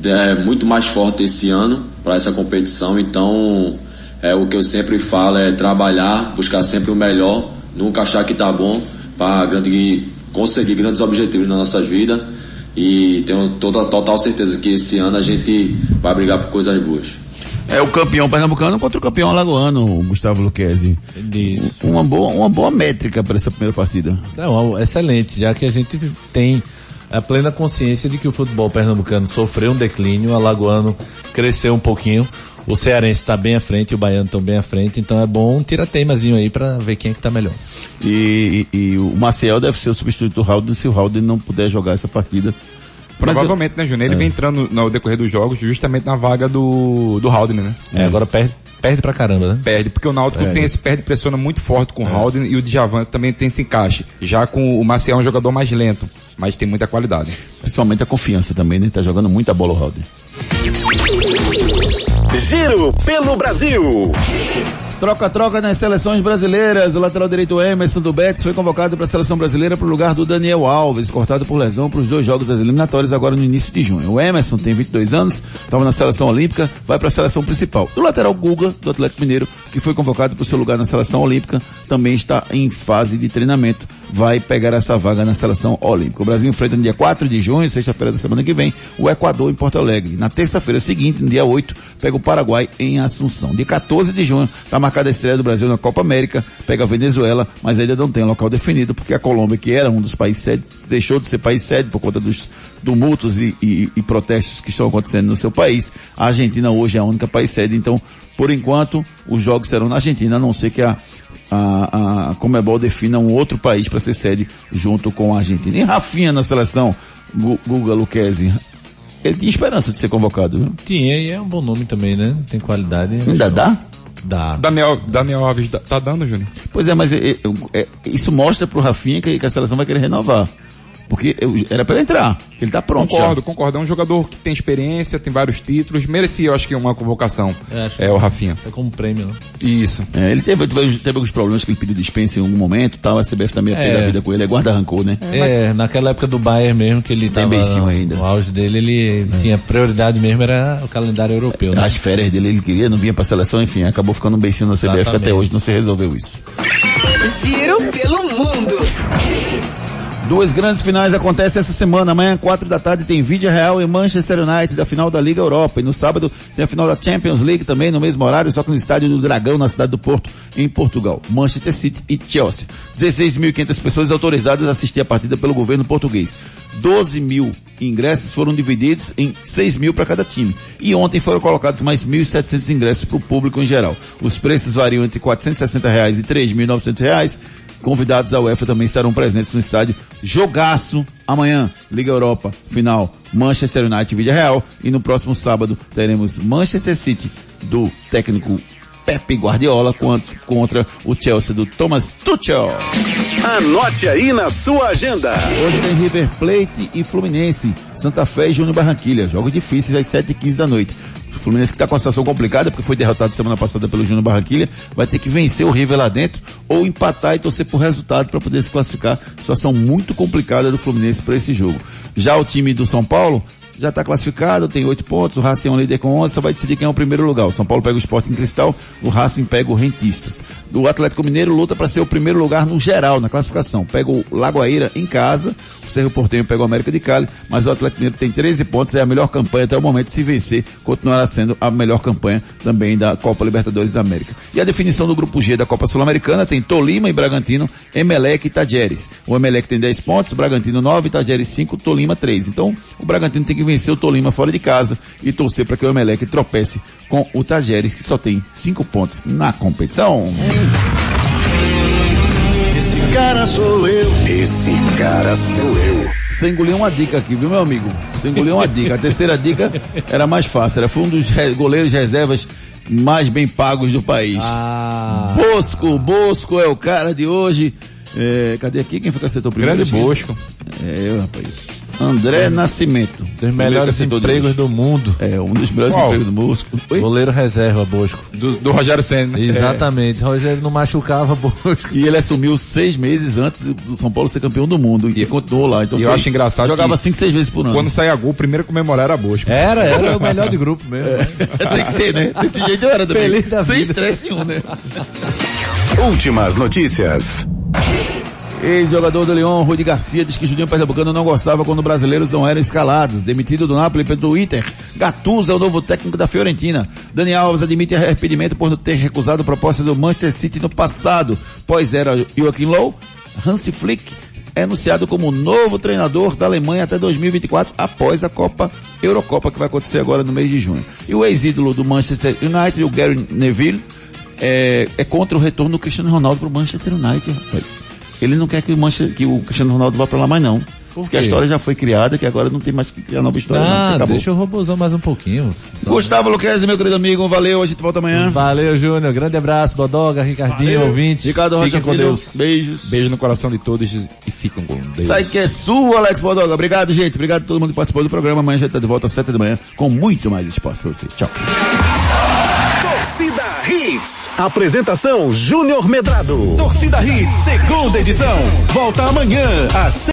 S: é, muito mais forte esse ano para essa competição. Então, é o que eu sempre falo é trabalhar, buscar sempre o melhor, nunca achar que tá bom para conseguir grandes objetivos nas nossas vidas. E tenho toda total certeza que esse ano a gente vai brigar por coisas boas.
F: É o campeão pernambucano contra o campeão alagoano, o Gustavo Luquezzi. Uma boa, uma boa métrica para essa primeira partida.
H: Não, É excelente, já que a gente tem a plena consciência de que o futebol pernambucano sofreu um declínio, o alagoano cresceu um pouquinho, o cearense está bem à frente, o baiano estão bem à frente, então é bom um tirateimazinho aí para ver quem é que tá melhor.
F: E, e- e o Maciel deve ser o substituto do Raulden se o Raulden não puder jogar essa partida.
G: Provavelmente, né, Júnior? Ele
F: É.
G: vem entrando no decorrer dos jogos justamente na vaga do, do Haldner, né?
H: É, agora perde, perde pra caramba, né?
G: Perde, porque o Náutico
H: É.
G: tem esse perde pressiona muito forte com o Haldner e o Djavan também tem esse encaixe. Já com o Maciel é um jogador mais lento, mas tem muita qualidade.
F: Principalmente a confiança também, né? Tá jogando muita bola o Haldner.
E: Giro pelo Brasil.
F: Troca-troca nas seleções brasileiras. O lateral direito Emerson do Betis foi convocado para a seleção brasileira para o lugar do Daniel Alves, cortado por lesão para os dois jogos das eliminatórias agora no início de junho. O Emerson tem 22 anos, estava na seleção olímpica, vai para a seleção principal. E o lateral Guga, do Atlético Mineiro, que foi convocado para o seu lugar na seleção olímpica, também está em fase de treinamento. Vai pegar essa vaga na seleção olímpica. O Brasil enfrenta no dia 4 de junho, sexta-feira da semana que vem, o Equador em Porto Alegre. Na terça-feira seguinte, no dia 8, pega o Paraguai em Assunção. Dia 14 de junho, está marcada a estreia do Brasil na Copa América, pega a Venezuela, mas ainda não tem local definido, porque a Colômbia, que era um dos países sede, deixou de ser país sede por conta dos tumultos e, e- e protestos que estão acontecendo no seu país. A Argentina hoje é a única país sede, então, por enquanto, os jogos serão na Argentina, a não ser que a a, a Comebol defina um outro país para ser sede junto com a Argentina. E Rafinha na seleção, Gu- Guga Luquezzi, ele tinha esperança de ser convocado, viu?
H: Tinha, e é um bom nome também, né? Tem qualidade.
F: Ainda dá?
H: Dá.
G: Daniel, Daniel Alves dá- tá dando, Júnior?
F: Pois é, mas é- é- é- isso mostra pro Rafinha que, que a seleção vai querer renovar. Porque eu- era para ele entrar, que ele tá pronto. já.
G: Concordo, concordo. É um jogador que tem experiência, tem vários títulos. Merecia, eu acho que, uma convocação. É, o Rafinha.
H: É como prêmio, né?
G: Isso.
F: É, ele teve, teve, teve alguns problemas que ele pediu dispensa em algum momento, tal, a CBF também é.
H: É.
F: a vida com ele, é guarda-rancor, né?
H: É, naquela época do Bayern mesmo, que ele tava
F: beicinho
H: ainda. no auge dele, ele tinha prioridade mesmo, era o calendário europeu. Né?
F: As férias dele ele queria, não vinha pra seleção, enfim, acabou ficando um beicinho na CBF que até
H: Exatamente.
F: hoje não se resolveu isso.
N: Giro pelo mundo.
F: Duas grandes finais acontecem essa semana. Amanhã, quatro da tarde, tem Vídeo Real e Manchester United, da final da Liga Europa. E no sábado tem a final da Champions League também, no mesmo horário, só que no estádio do Dragão, na cidade do Porto, em Portugal. Manchester City e Chelsea. 16.500 pessoas autorizadas a assistir a partida pelo governo português. 12 mil ingressos foram divididos em 6 mil para cada time. E ontem foram colocados mais 1.700 ingressos para o público em geral. Os preços variam entre R$ 460 reais e R$ 3.900. reais. Convidados da UEFA também estarão presentes no estádio. Jogaço amanhã, Liga Europa, final Manchester United Vídea Real. E no próximo sábado teremos Manchester City do técnico Pepe Guardiola cont- contra o Chelsea do Thomas Tuchel.
E: Anote aí na sua agenda.
F: Hoje tem River Plate e Fluminense, Santa Fé e Júnior Barranquilha. Jogos difíceis às 7h15 da noite. O Fluminense que está com a situação complicada, porque foi derrotado semana passada pelo Júnior Barranquilha, vai ter que vencer o River lá dentro ou empatar e torcer por resultado para poder se classificar. Situação muito complicada do Fluminense para esse jogo. Já o time do São Paulo já está classificado, tem oito pontos, o Racing é um líder com 11, só vai decidir quem é o primeiro lugar. O São Paulo pega o Sporting Cristal, o Racing pega o Rentistas. O Atlético Mineiro luta para ser o primeiro lugar no geral, na classificação. Pega o Lagoaíra em casa, o Cerro Porteño pega o América de Cali, mas o Atlético Mineiro tem 13 pontos, é a melhor campanha até o momento, se vencer, continuará sendo a melhor campanha também da Copa Libertadores da América. E a definição do grupo G da Copa Sul-Americana tem Tolima e Bragantino, Emelec e Tajeres. O Emelec tem 10 pontos, o Bragantino 9, Tajeres 5, Tolima 3. Então, o Bragantino tem que vencer o Tolima fora de casa e torcer para que o Emelec tropece com o Tajeres, que só tem 5 pontos na competição.
E: Esse cara sou eu. Esse cara sou eu.
F: Você engoliu uma dica aqui, viu, meu amigo? Você engoliu uma dica. A terceira dica era mais fácil. Era foi um dos re- goleiros reservas mais bem pagos do país.
H: Ah.
F: Bosco, Bosco é o cara de hoje. É, cadê aqui? Quem foi que acertou primeiro?
G: Grande Bosco.
F: É, eu, rapaz. André Nascimento. Dos
H: melhores empregos
F: do mundo. É, um dos melhores
H: Qual?
F: empregos do Bosco. Oi?
H: Goleiro reserva, Bosco.
G: Do, Rogério Senna. né?
H: Exatamente. Rogério não machucava Bosco.
F: É. E ele assumiu seis meses antes do São Paulo ser campeão do mundo e continuou lá. Então
G: E eu
F: foi-
G: acho engraçado
F: Jogava
G: que
F: cinco, seis vezes por ano.
G: Quando saía gol, o primeiro a comemorar era Bosco.
H: Era, era o melhor de grupo mesmo. né?
F: Tem que ser, né? Desse jeito eu era também.
H: Feliz da
F: Sem
H: vida.
F: estresse nenhum, né?
E: Últimas notícias.
F: Ex-jogador do Leão, Rudi Garcia, diz que Juninho Pernambucano não gostava quando brasileiros não eram escalados. Demitido do Napoli pelo Inter. Gattuso é o novo técnico da Fiorentina. Dani Alves admite arrependimento por não ter recusado proposta do Manchester City no passado. Pois era Joaquim Low, Hansi Flick é anunciado como novo treinador da Alemanha até 2024, após a Copa Eurocopa que vai acontecer agora no mês de junho. E o ex-ídolo do Manchester United, o Gary Neville, é, é contra o retorno do Cristiano Ronaldo pro Manchester United, rapaz. Ele não quer que o, Manchester, que o Cristiano Ronaldo vá pra lá mais não. Diz que a
H: quê?
F: história já foi criada, que agora não tem mais que criar nova história. não, que
H: Ah,
F: acabou.
H: deixa o robôzão mais um pouquinho.
F: Gustavo Luquezzi, meu querido amigo, um valeu, a gente volta amanhã.
H: Valeu, Júnior. Grande abraço, Bodoga, Ricardinho,
F: Valeu.
H: ouvinte.
F: Ricardo Rocha
H: Fiquem com
F: Filho,
H: Deus.
F: Beijos.
G: Beijo no coração de todos e um ficam com Deus.
F: Sai que é sua, Alex Bodoga. Obrigado, gente. Obrigado a todo mundo que participou do programa. Amanhã a gente tá de volta às 7 da manhã com muito mais esporte pra vocês. Tchau.
E: Torcida Hits. Apresentação Júnior Medrado. Torcida Hits, segunda edição. Volta amanhã às